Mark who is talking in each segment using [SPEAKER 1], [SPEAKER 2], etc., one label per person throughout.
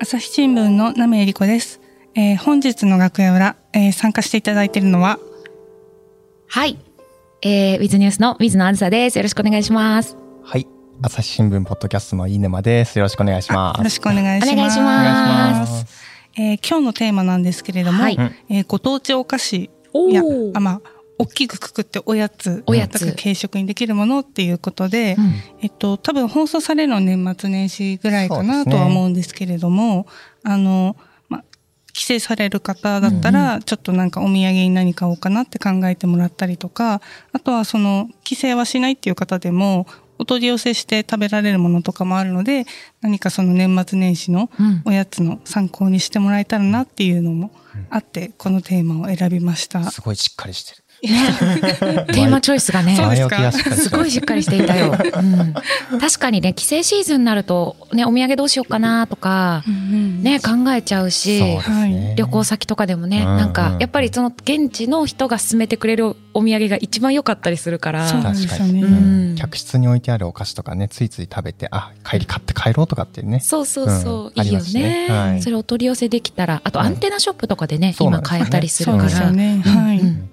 [SPEAKER 1] 朝日新聞のなめえりこです、えー本日の楽屋裏、えー参加していただいているのは
[SPEAKER 2] はい。えー、ウィズニュースの水野あずさです。よろしくお願いします。
[SPEAKER 3] はい。朝日新聞ポッドキャストの飯沼です。よろしくお願いしま
[SPEAKER 1] よろ
[SPEAKER 3] す。
[SPEAKER 1] しくお願いします
[SPEAKER 2] お願いし
[SPEAKER 3] お願いし
[SPEAKER 2] ま
[SPEAKER 3] ます。
[SPEAKER 1] えー今日のテーマなんですけれども、
[SPEAKER 2] はい
[SPEAKER 1] えーご当地お菓子
[SPEAKER 2] おー
[SPEAKER 1] やあまあ大きくくくっておやつ
[SPEAKER 2] おやつ
[SPEAKER 1] とか軽食にできるものっていうことで、
[SPEAKER 2] うん
[SPEAKER 1] えっと、多分放送されるのは年末年始ぐらいか
[SPEAKER 3] そう
[SPEAKER 1] な
[SPEAKER 3] ですね
[SPEAKER 1] とは思うんですけれども、あの、まあ、帰省される方だったら、ちょっとなんかお土産に何買おうかなって考えてもらったりとか、あとはその、帰省はしないっていう方でも、お取り寄せして食べられるものとかもあるので、何かその年末年始の
[SPEAKER 2] うん
[SPEAKER 1] おやつの参考にしてもらえたらなっていうのもあって、このテーマを選びました。
[SPEAKER 3] すごいしっかりして る。
[SPEAKER 2] テーマチョイスがね。
[SPEAKER 1] そうですか
[SPEAKER 3] 前置きがしっかり
[SPEAKER 2] す
[SPEAKER 3] してる
[SPEAKER 2] ごいしっかりしていたよ。うん、確かにね、帰省シーズンになると、ね、お土産どうしようかなとか、ね、考えちゃうし、
[SPEAKER 3] そうですね。
[SPEAKER 2] 旅行先とかでもね、
[SPEAKER 3] うんうん
[SPEAKER 2] なんか、やっぱりその現地の人が勧めてくれるお土産が一番良かったりするから、
[SPEAKER 1] そうなんですよね
[SPEAKER 3] 確かに、
[SPEAKER 2] うん
[SPEAKER 3] 客室に置いてあるお菓子とかね、ついつい食べて、あ、帰り買って帰ろうとかってね。
[SPEAKER 2] そうそうそう、
[SPEAKER 3] うん
[SPEAKER 2] いいよ
[SPEAKER 3] ありますね
[SPEAKER 2] ね
[SPEAKER 3] はい
[SPEAKER 2] それお取り寄せできたら、あとアンテナショップとかでね、
[SPEAKER 3] そうな
[SPEAKER 2] 今買
[SPEAKER 3] んですよね
[SPEAKER 2] えたりする
[SPEAKER 1] そう
[SPEAKER 2] か
[SPEAKER 1] で
[SPEAKER 2] ら、
[SPEAKER 1] すよね。はい。
[SPEAKER 2] うん
[SPEAKER 3] うん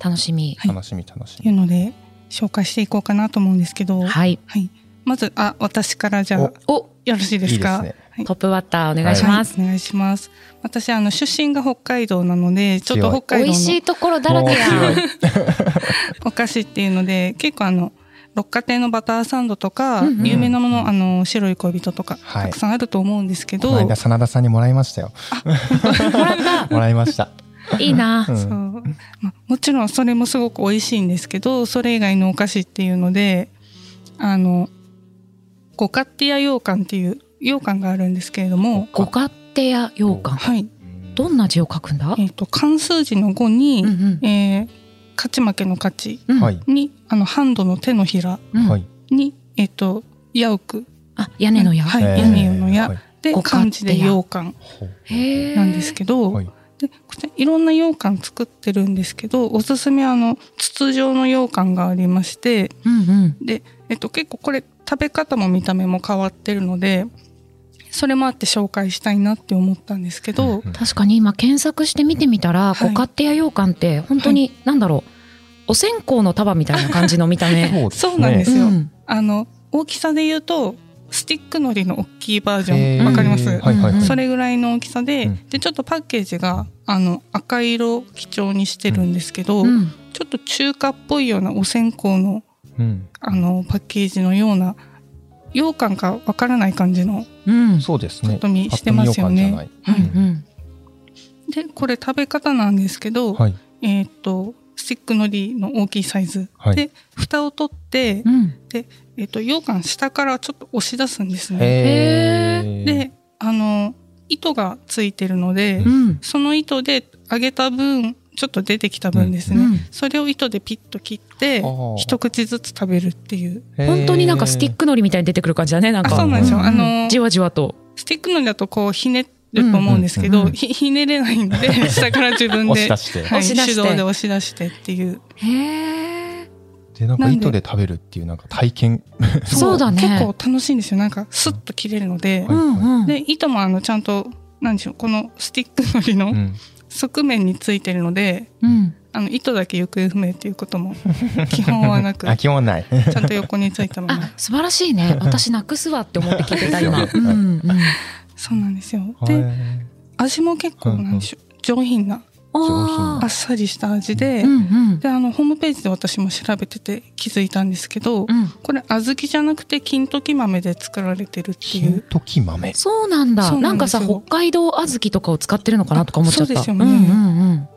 [SPEAKER 2] 楽しみ。
[SPEAKER 1] はい
[SPEAKER 3] 楽しみ楽し
[SPEAKER 1] いう
[SPEAKER 3] み。
[SPEAKER 1] ので、紹介していこうかなと思うんですけど、
[SPEAKER 2] はい。
[SPEAKER 1] はい。まず、あ、私からじゃあ、
[SPEAKER 3] お
[SPEAKER 2] お、
[SPEAKER 1] よろしいですか
[SPEAKER 3] いいですね
[SPEAKER 1] はい
[SPEAKER 2] トップバッターお願いします。
[SPEAKER 1] はいお願いします。私、あの、出身が北海道なので、ちょっと
[SPEAKER 3] 強い
[SPEAKER 1] 北海
[SPEAKER 2] 美
[SPEAKER 1] 道
[SPEAKER 2] 味し
[SPEAKER 1] の
[SPEAKER 2] いところだらけや。
[SPEAKER 3] もう強い
[SPEAKER 1] お菓子っていうので、結構あの、六花亭のバターサンドとか、
[SPEAKER 2] うんうん
[SPEAKER 1] 有名なもの、あの、白い恋人とか、
[SPEAKER 3] はい
[SPEAKER 1] たくさんあると思うんですけ
[SPEAKER 3] こ
[SPEAKER 1] ど、
[SPEAKER 3] の間、真田さんにもらいましたよ。
[SPEAKER 2] もらった。
[SPEAKER 3] もらいました。
[SPEAKER 2] いいな
[SPEAKER 3] う。ん
[SPEAKER 1] そうまあ、もちろんそれもすごく美味しいんですけどそれ以外のお菓子っていうのであのゴカッティア羊羹っていう羊羹があるんですけれども
[SPEAKER 2] ご勝手や羊羹。
[SPEAKER 1] はい、
[SPEAKER 2] どんな字を書くんだ。
[SPEAKER 1] えっと漢数字の5に、
[SPEAKER 2] うんうん
[SPEAKER 1] えー勝ち負けの勝ち
[SPEAKER 2] うん
[SPEAKER 3] はい。
[SPEAKER 1] にあのハンドの手のひら
[SPEAKER 2] うん
[SPEAKER 3] はい。
[SPEAKER 1] に、えっとヤウク
[SPEAKER 2] あ、屋根の矢。
[SPEAKER 1] はい
[SPEAKER 3] えー
[SPEAKER 1] 屋根の矢
[SPEAKER 3] はい
[SPEAKER 1] で
[SPEAKER 2] ごか
[SPEAKER 1] 漢字で
[SPEAKER 2] ってや
[SPEAKER 1] 羊羹
[SPEAKER 3] ほう
[SPEAKER 2] へえ。
[SPEAKER 1] なんですけど、
[SPEAKER 3] はい。
[SPEAKER 1] でこちらいろんな羊羹作ってるんですけどおすすめはあの筒状の羊羹がありまして
[SPEAKER 2] うんうん。
[SPEAKER 1] で、えっと、結構これ食べ方も見た目も変わってるのでそれもあって紹介したいなって思ったんですけど、
[SPEAKER 3] うん
[SPEAKER 2] 確かに今検索して見てみたら、
[SPEAKER 1] はい
[SPEAKER 2] ご勝手や羊羹って本当になんだろう。お線香の束みたいな感じの見た目。
[SPEAKER 3] そ う
[SPEAKER 1] そうなんです
[SPEAKER 2] う
[SPEAKER 1] よ
[SPEAKER 2] ん
[SPEAKER 1] あの大きさで言うとスティックのりの大きいバージョ
[SPEAKER 3] へー
[SPEAKER 1] ンわかります、
[SPEAKER 3] はいはいはい。
[SPEAKER 1] それぐらいの大きさで,、
[SPEAKER 3] うん
[SPEAKER 1] でちょっとパッケージがあの赤色を基調にしてるんですけど、
[SPEAKER 2] うん。
[SPEAKER 1] ちょっと中華っぽいようなお線香の
[SPEAKER 3] うん。
[SPEAKER 1] あのパッケージのような羊羹かわからない感じの
[SPEAKER 2] うん。
[SPEAKER 3] そうですね。
[SPEAKER 1] ぱっと見してますよね
[SPEAKER 3] ぱっ
[SPEAKER 2] う
[SPEAKER 3] と見ようかんじゃない。
[SPEAKER 2] ん
[SPEAKER 1] でこれ食べ方なんですけど、
[SPEAKER 3] はい。
[SPEAKER 1] えーっと、スティックのりの大きいサイズ。
[SPEAKER 3] はい
[SPEAKER 1] で、蓋を取って、
[SPEAKER 2] うん。うん。
[SPEAKER 1] で、えーっと、羊羹下からちょっと押し出すんですね。
[SPEAKER 3] へー、
[SPEAKER 1] で、あの、糸がついてるので、
[SPEAKER 2] うん。
[SPEAKER 1] その糸で揚げた分、ちょっと出てきた分ですね。
[SPEAKER 2] うん
[SPEAKER 1] それを糸でピッと切って
[SPEAKER 3] あ、ー
[SPEAKER 1] 一口ずつ食べるっていう。
[SPEAKER 2] 本当になんかスティックのりみたいに出てくる感じだね。なん
[SPEAKER 1] あ、
[SPEAKER 2] か。
[SPEAKER 1] そうなんですよ。
[SPEAKER 3] うん
[SPEAKER 1] あの、
[SPEAKER 2] じわじわと。
[SPEAKER 1] スティックのりだとこうひねると思うんですけど、
[SPEAKER 2] うんうん
[SPEAKER 1] ひ ひねれないんで、 下から自分
[SPEAKER 3] 押
[SPEAKER 1] で
[SPEAKER 3] し、出して。
[SPEAKER 1] はい、
[SPEAKER 2] 押し出して
[SPEAKER 1] 手動で押し出してっていう。
[SPEAKER 2] へえ。
[SPEAKER 3] で、なんか
[SPEAKER 1] なんで
[SPEAKER 3] 糸で食べるっていうなんか体験。
[SPEAKER 2] そうだね。
[SPEAKER 1] 結構楽しいんですよ。なんか、スッと切れるので。
[SPEAKER 2] うんうん。
[SPEAKER 1] で、糸もあの、ちゃんと、なんでしょう、このスティックのり
[SPEAKER 3] う
[SPEAKER 1] の
[SPEAKER 3] ん
[SPEAKER 1] 側面についてるので、
[SPEAKER 2] うん。
[SPEAKER 1] あの、糸だけ行方不明っていうことも、基本はなく、
[SPEAKER 3] あ、
[SPEAKER 1] ち
[SPEAKER 3] 基本ない。
[SPEAKER 1] ゃんと横についたま
[SPEAKER 2] あ
[SPEAKER 1] ま。
[SPEAKER 2] 素晴らしい ね。私なくすわって思って聞いてた今。
[SPEAKER 3] です
[SPEAKER 2] う
[SPEAKER 3] よ
[SPEAKER 2] ん
[SPEAKER 3] ね
[SPEAKER 2] うん。
[SPEAKER 1] そうなんですよ。で、
[SPEAKER 3] はい
[SPEAKER 1] 味も結構、なんでしょう、上品な、
[SPEAKER 2] あ
[SPEAKER 1] あ
[SPEAKER 2] あ
[SPEAKER 1] っさりした味で
[SPEAKER 2] う、んうん。
[SPEAKER 1] で、あの、ホームページで私も調べてて気づいたんですけど
[SPEAKER 2] う、ん。
[SPEAKER 1] これ、小豆じゃなくて、金時豆で作られてるってい
[SPEAKER 3] 金
[SPEAKER 1] う。
[SPEAKER 3] 時豆。
[SPEAKER 2] そうなんだ。
[SPEAKER 1] そう
[SPEAKER 2] な
[SPEAKER 1] なんん
[SPEAKER 2] か
[SPEAKER 1] です
[SPEAKER 2] さ、
[SPEAKER 1] よ
[SPEAKER 2] 北海道小豆とかを使ってるのかなとか思っちゃった。
[SPEAKER 1] あそうですよね
[SPEAKER 2] んうんうん。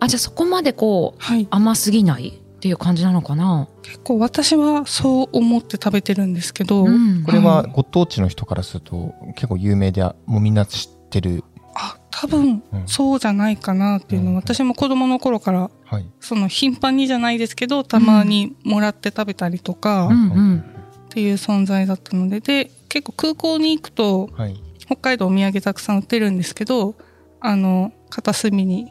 [SPEAKER 2] あ、じゃあそこまでこう、
[SPEAKER 1] はい。
[SPEAKER 2] 甘すぎないっていう感じなのかな。
[SPEAKER 1] 結構私はそう思って食べてるんですけど、
[SPEAKER 2] うん
[SPEAKER 3] これはご当地の人からすると結構有名で、もうみんな知ってる。
[SPEAKER 1] あ多分
[SPEAKER 3] うん
[SPEAKER 1] そうじゃないかなっていうの
[SPEAKER 3] う
[SPEAKER 1] は
[SPEAKER 3] ん
[SPEAKER 1] 私も子供の頃から
[SPEAKER 3] はい。
[SPEAKER 1] その頻繁にじゃないですけどたまにもらって食べたりとか
[SPEAKER 2] うんうん。
[SPEAKER 1] っていう存在だったのでで結構空港に行くと
[SPEAKER 3] はい。
[SPEAKER 1] 北海道お土産たくさん売ってるんですけどあの片隅に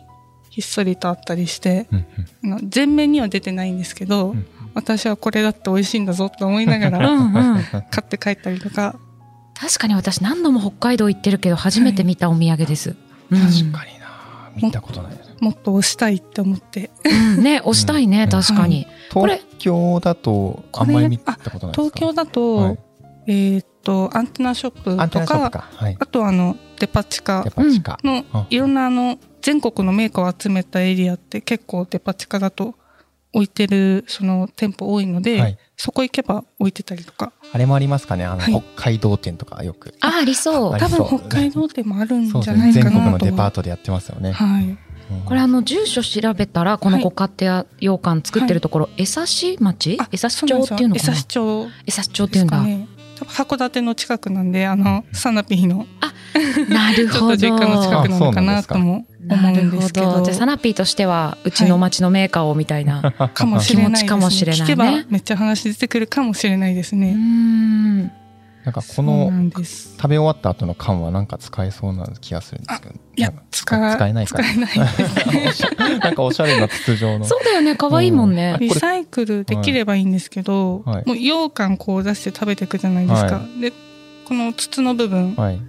[SPEAKER 1] ひっそりとあったりして
[SPEAKER 3] うん
[SPEAKER 1] あの全面には出てないんですけど、
[SPEAKER 3] うんうん
[SPEAKER 1] 私はこれだって美味しいんだぞと思いなが
[SPEAKER 2] う
[SPEAKER 1] ら
[SPEAKER 2] んうん。
[SPEAKER 1] 買って帰ったりとか
[SPEAKER 2] 確かに私何度も北海道行ってるけど初めて見たお土産です、
[SPEAKER 3] 確かにな見たことないです
[SPEAKER 1] もっと押したいって思って
[SPEAKER 2] に、うんね押したいね、
[SPEAKER 3] うん
[SPEAKER 2] 確かに、これ
[SPEAKER 3] 東京だとあんまり見たことないですか
[SPEAKER 1] 東京だと、
[SPEAKER 3] はい
[SPEAKER 1] えーっとアンテナショップ
[SPEAKER 3] アンテ
[SPEAKER 1] と
[SPEAKER 3] ナ
[SPEAKER 1] か
[SPEAKER 3] ショップかはい
[SPEAKER 1] あとあのデパ地下
[SPEAKER 3] デパ地下
[SPEAKER 1] の
[SPEAKER 3] あ
[SPEAKER 1] いろんなあの全国のメーカーを集めたエリアって結構デパ地下だと置いてるその店舗多いので、
[SPEAKER 3] はい
[SPEAKER 1] そこ行けば置いてたりとか
[SPEAKER 3] あれもありますかねあの
[SPEAKER 1] はい
[SPEAKER 3] 北海道店とかよく
[SPEAKER 2] あありそう
[SPEAKER 3] あり
[SPEAKER 1] 多
[SPEAKER 3] そう
[SPEAKER 1] 分北海道でもあるん
[SPEAKER 3] そう
[SPEAKER 1] じ
[SPEAKER 3] です
[SPEAKER 1] ゃな
[SPEAKER 3] ね
[SPEAKER 1] いかな
[SPEAKER 3] 全
[SPEAKER 1] と
[SPEAKER 3] 国
[SPEAKER 1] は
[SPEAKER 3] のデパートでやってますよね
[SPEAKER 1] はい、
[SPEAKER 3] うん
[SPEAKER 2] これあの住所調べたらこの
[SPEAKER 1] はい
[SPEAKER 2] ご家庭羊羹作ってるところ、江差町
[SPEAKER 1] あ
[SPEAKER 2] 江差町っていうのか
[SPEAKER 1] そうですよ
[SPEAKER 2] なん
[SPEAKER 1] 江差町
[SPEAKER 2] 江差町って
[SPEAKER 1] で
[SPEAKER 2] いうん
[SPEAKER 1] す
[SPEAKER 2] だ、
[SPEAKER 1] かね多分函館の近くなんであのサナピーの
[SPEAKER 2] なる
[SPEAKER 1] ちょっ
[SPEAKER 2] ほ
[SPEAKER 1] と実
[SPEAKER 2] ど
[SPEAKER 1] 家の 近くなのかなとも思うんですけ
[SPEAKER 2] なるほ
[SPEAKER 1] ど
[SPEAKER 2] じゃあサナピーとしてはうちの町のメーカーをみたいな、
[SPEAKER 1] かもしれないです
[SPEAKER 2] 気持ち
[SPEAKER 1] ね
[SPEAKER 2] かもしれないね
[SPEAKER 1] 聞けばめっちゃ話出てくるかもしれないです
[SPEAKER 2] うー
[SPEAKER 1] ね、
[SPEAKER 2] ん
[SPEAKER 3] なんかこ
[SPEAKER 1] そうな
[SPEAKER 3] の
[SPEAKER 1] んです
[SPEAKER 3] 食べ終わった後の缶はなんか使えそうな気がするんですけど
[SPEAKER 1] いや
[SPEAKER 3] 多分
[SPEAKER 1] 使
[SPEAKER 3] 使えないから
[SPEAKER 1] 使えないです
[SPEAKER 3] おしゃ なんかおしゃれな筒状の
[SPEAKER 2] そうだよね可愛いもんね、
[SPEAKER 1] リサイクルできればいいんですけど、
[SPEAKER 3] はいはい
[SPEAKER 1] もう羊羹こう出して食べていくじゃないですか、
[SPEAKER 3] は
[SPEAKER 1] でこの筒の部分、
[SPEAKER 3] はい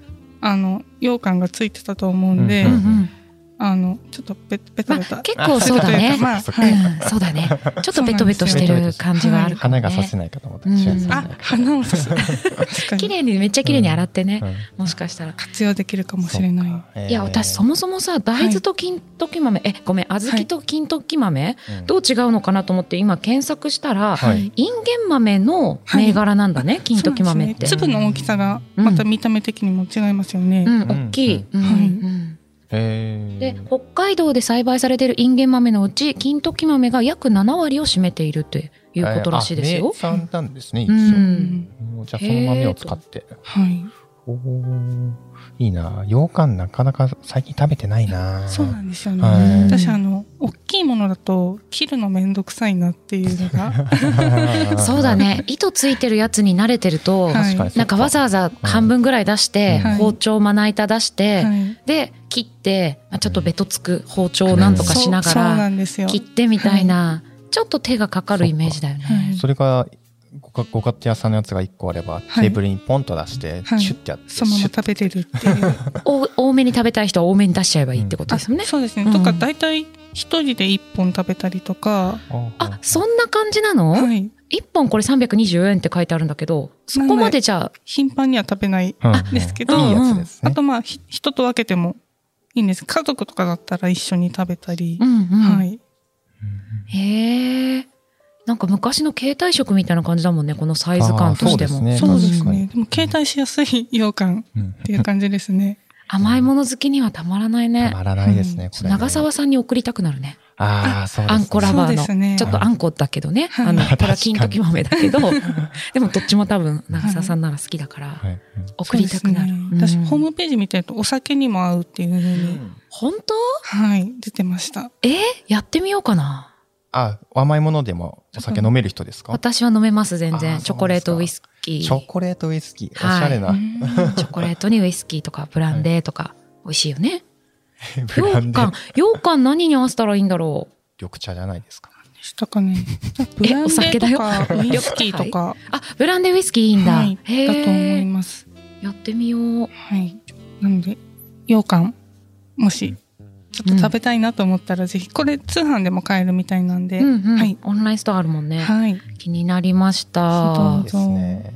[SPEAKER 1] あの羊羹がついてたと思うんで、
[SPEAKER 3] う
[SPEAKER 2] うんんうん
[SPEAKER 1] あのちょっとベベタベタ、
[SPEAKER 2] まあ結構そうだ
[SPEAKER 1] ベタベ
[SPEAKER 2] ね
[SPEAKER 1] タまあ、
[SPEAKER 3] そっ
[SPEAKER 1] はい
[SPEAKER 2] うん、そうだねちょっとベトベトして
[SPEAKER 3] そうなんで
[SPEAKER 2] る
[SPEAKER 3] すよ
[SPEAKER 2] 感じはあるかも、ね、
[SPEAKER 3] 花がさせないかと思ったら
[SPEAKER 2] うん
[SPEAKER 3] シュンさ
[SPEAKER 1] あ
[SPEAKER 3] んが
[SPEAKER 1] 花をさ す確か
[SPEAKER 2] 綺
[SPEAKER 1] に
[SPEAKER 2] 麗にめっちゃ綺麗に洗ってね、
[SPEAKER 3] うん
[SPEAKER 2] もしかしたら
[SPEAKER 1] 活用できるかもしれない
[SPEAKER 3] そっかえー
[SPEAKER 2] いや私そもそもさ大豆と金時豆、えごめん小豆と金時豆、
[SPEAKER 3] うん
[SPEAKER 2] どう違うのかなと思って今検索したら、
[SPEAKER 3] はい
[SPEAKER 2] インゲン豆の銘柄なんだね、金時豆って
[SPEAKER 1] そううなんですね、粒の大きさがまた見た目的にも違いますよね、
[SPEAKER 2] ん大きい、うん
[SPEAKER 1] はい
[SPEAKER 2] うん
[SPEAKER 3] えー
[SPEAKER 2] で北海道で栽培されているインゲン豆のうち金時豆が約7割を占めているということらしいですよ
[SPEAKER 3] えー、あ名産なんですね、一
[SPEAKER 2] う
[SPEAKER 1] うん
[SPEAKER 3] 応
[SPEAKER 1] ん
[SPEAKER 3] じゃあその豆を使って。
[SPEAKER 1] はい
[SPEAKER 3] おーいいな羊羹なかなか最近食べてないな
[SPEAKER 1] そうなんですよね、
[SPEAKER 3] はい
[SPEAKER 1] 私あの大きいものだと切るのめんどくさいなっていうの が
[SPEAKER 2] そうだ。ね糸ついてるやつに慣れてると、
[SPEAKER 1] はい
[SPEAKER 3] 確かに
[SPEAKER 2] なんかわざわざ半分ぐらい出して、
[SPEAKER 3] はい
[SPEAKER 2] 包丁まな板出して、
[SPEAKER 1] はい
[SPEAKER 2] で切ってまあちょっとベトつく包丁をなんとかしなが
[SPEAKER 1] そうそうな
[SPEAKER 2] ら
[SPEAKER 1] んですよ
[SPEAKER 2] 切ってみたいな、ちょっと手がかかるイメージだよね。
[SPEAKER 1] はい
[SPEAKER 3] それがごかご家庭屋さんのやつが1個あれば、
[SPEAKER 1] はい
[SPEAKER 3] テーブルにポンと出して、
[SPEAKER 1] はい
[SPEAKER 3] シュッてやって、
[SPEAKER 1] そのまま
[SPEAKER 3] シュッて
[SPEAKER 1] 食べれるって いう。
[SPEAKER 2] お多めに食べたい人は多めに出しちゃえばいいってこと
[SPEAKER 1] あ
[SPEAKER 2] ですよね。
[SPEAKER 1] そうですね。
[SPEAKER 2] うん
[SPEAKER 1] とか大体一人で一本食べたりとか、
[SPEAKER 2] あそんな感じなの、
[SPEAKER 1] はい。
[SPEAKER 2] 一本これ324円って書いてあるんだけどそこまでじゃあ
[SPEAKER 1] 頻繁には食べない
[SPEAKER 3] うん
[SPEAKER 1] ですけど
[SPEAKER 3] いいやつですね
[SPEAKER 1] あとまあひ人と分けてもいいんです。家族とかだったら一緒に食べたり
[SPEAKER 2] う、んうん、
[SPEAKER 1] はい。
[SPEAKER 2] へえなんか昔の携帯食みたいな感じだもんねこのサイズ感として
[SPEAKER 3] あーそうです
[SPEAKER 2] も、
[SPEAKER 3] ね
[SPEAKER 1] そうです
[SPEAKER 3] 確か
[SPEAKER 1] ね
[SPEAKER 3] に。
[SPEAKER 1] でも携帯しやすい羊羹
[SPEAKER 3] うんうん
[SPEAKER 1] っていう感じですね。
[SPEAKER 2] 甘いもの好きにはたまらない
[SPEAKER 3] た
[SPEAKER 2] ね
[SPEAKER 3] まらないですね、これね
[SPEAKER 2] 長澤さんに送りたくなるね
[SPEAKER 3] ああ、そうですね
[SPEAKER 2] あんこラバー
[SPEAKER 1] そうですね
[SPEAKER 2] の、ちょっとあんこだけどね、
[SPEAKER 1] はい
[SPEAKER 2] あの、
[SPEAKER 3] はい
[SPEAKER 2] これは金時豆だ けど、でもどっちも多分、長澤さんなら好きだから、
[SPEAKER 3] はいうん
[SPEAKER 2] 送りたくなる。
[SPEAKER 1] そうですね
[SPEAKER 2] うん
[SPEAKER 1] 私、ホームページ見てるとお酒にも合うっていうふうに、
[SPEAKER 2] 本当
[SPEAKER 1] はい、出てました。
[SPEAKER 2] えーやってみようかな。
[SPEAKER 3] あ、甘いものでもお酒飲める人ですか
[SPEAKER 2] 私は飲めます、全
[SPEAKER 3] あー
[SPEAKER 2] 然。チョコレート
[SPEAKER 3] そう
[SPEAKER 2] ウ
[SPEAKER 3] で
[SPEAKER 2] イ
[SPEAKER 3] す
[SPEAKER 2] スキー。
[SPEAKER 3] チ
[SPEAKER 2] チ
[SPEAKER 3] ョ
[SPEAKER 2] ョ
[SPEAKER 3] コレートウイスキー。おし
[SPEAKER 2] はい
[SPEAKER 3] ゃれな。
[SPEAKER 2] コレートにウイスキーとか、ブランデーとか、美味しいよね。
[SPEAKER 3] ブラン
[SPEAKER 2] 羊
[SPEAKER 3] デー
[SPEAKER 2] 羹、羊羹何に合わせたらいいんだろう。
[SPEAKER 3] 緑茶じゃないですか。
[SPEAKER 1] したか ね。ブラン
[SPEAKER 2] お
[SPEAKER 1] デ
[SPEAKER 2] 酒
[SPEAKER 1] ー
[SPEAKER 2] だ
[SPEAKER 1] と
[SPEAKER 2] よ
[SPEAKER 1] か、 ウイスキーとか、
[SPEAKER 2] あ、ブランデーウイスキーいいんだ。
[SPEAKER 1] はい、
[SPEAKER 2] へ
[SPEAKER 1] だと思い
[SPEAKER 2] え。
[SPEAKER 1] ます。
[SPEAKER 2] やってみよう。
[SPEAKER 1] はい。なので、羊羹、もし、ちょっと食べたいなと思ったら、ぜひ、これ通販でも買えるみたいなんで、
[SPEAKER 2] うんうん、
[SPEAKER 1] はい。
[SPEAKER 2] オンラインストアあるもんね。
[SPEAKER 1] はい。
[SPEAKER 2] 気になりました。
[SPEAKER 1] そう
[SPEAKER 3] い
[SPEAKER 1] あ
[SPEAKER 3] いですね。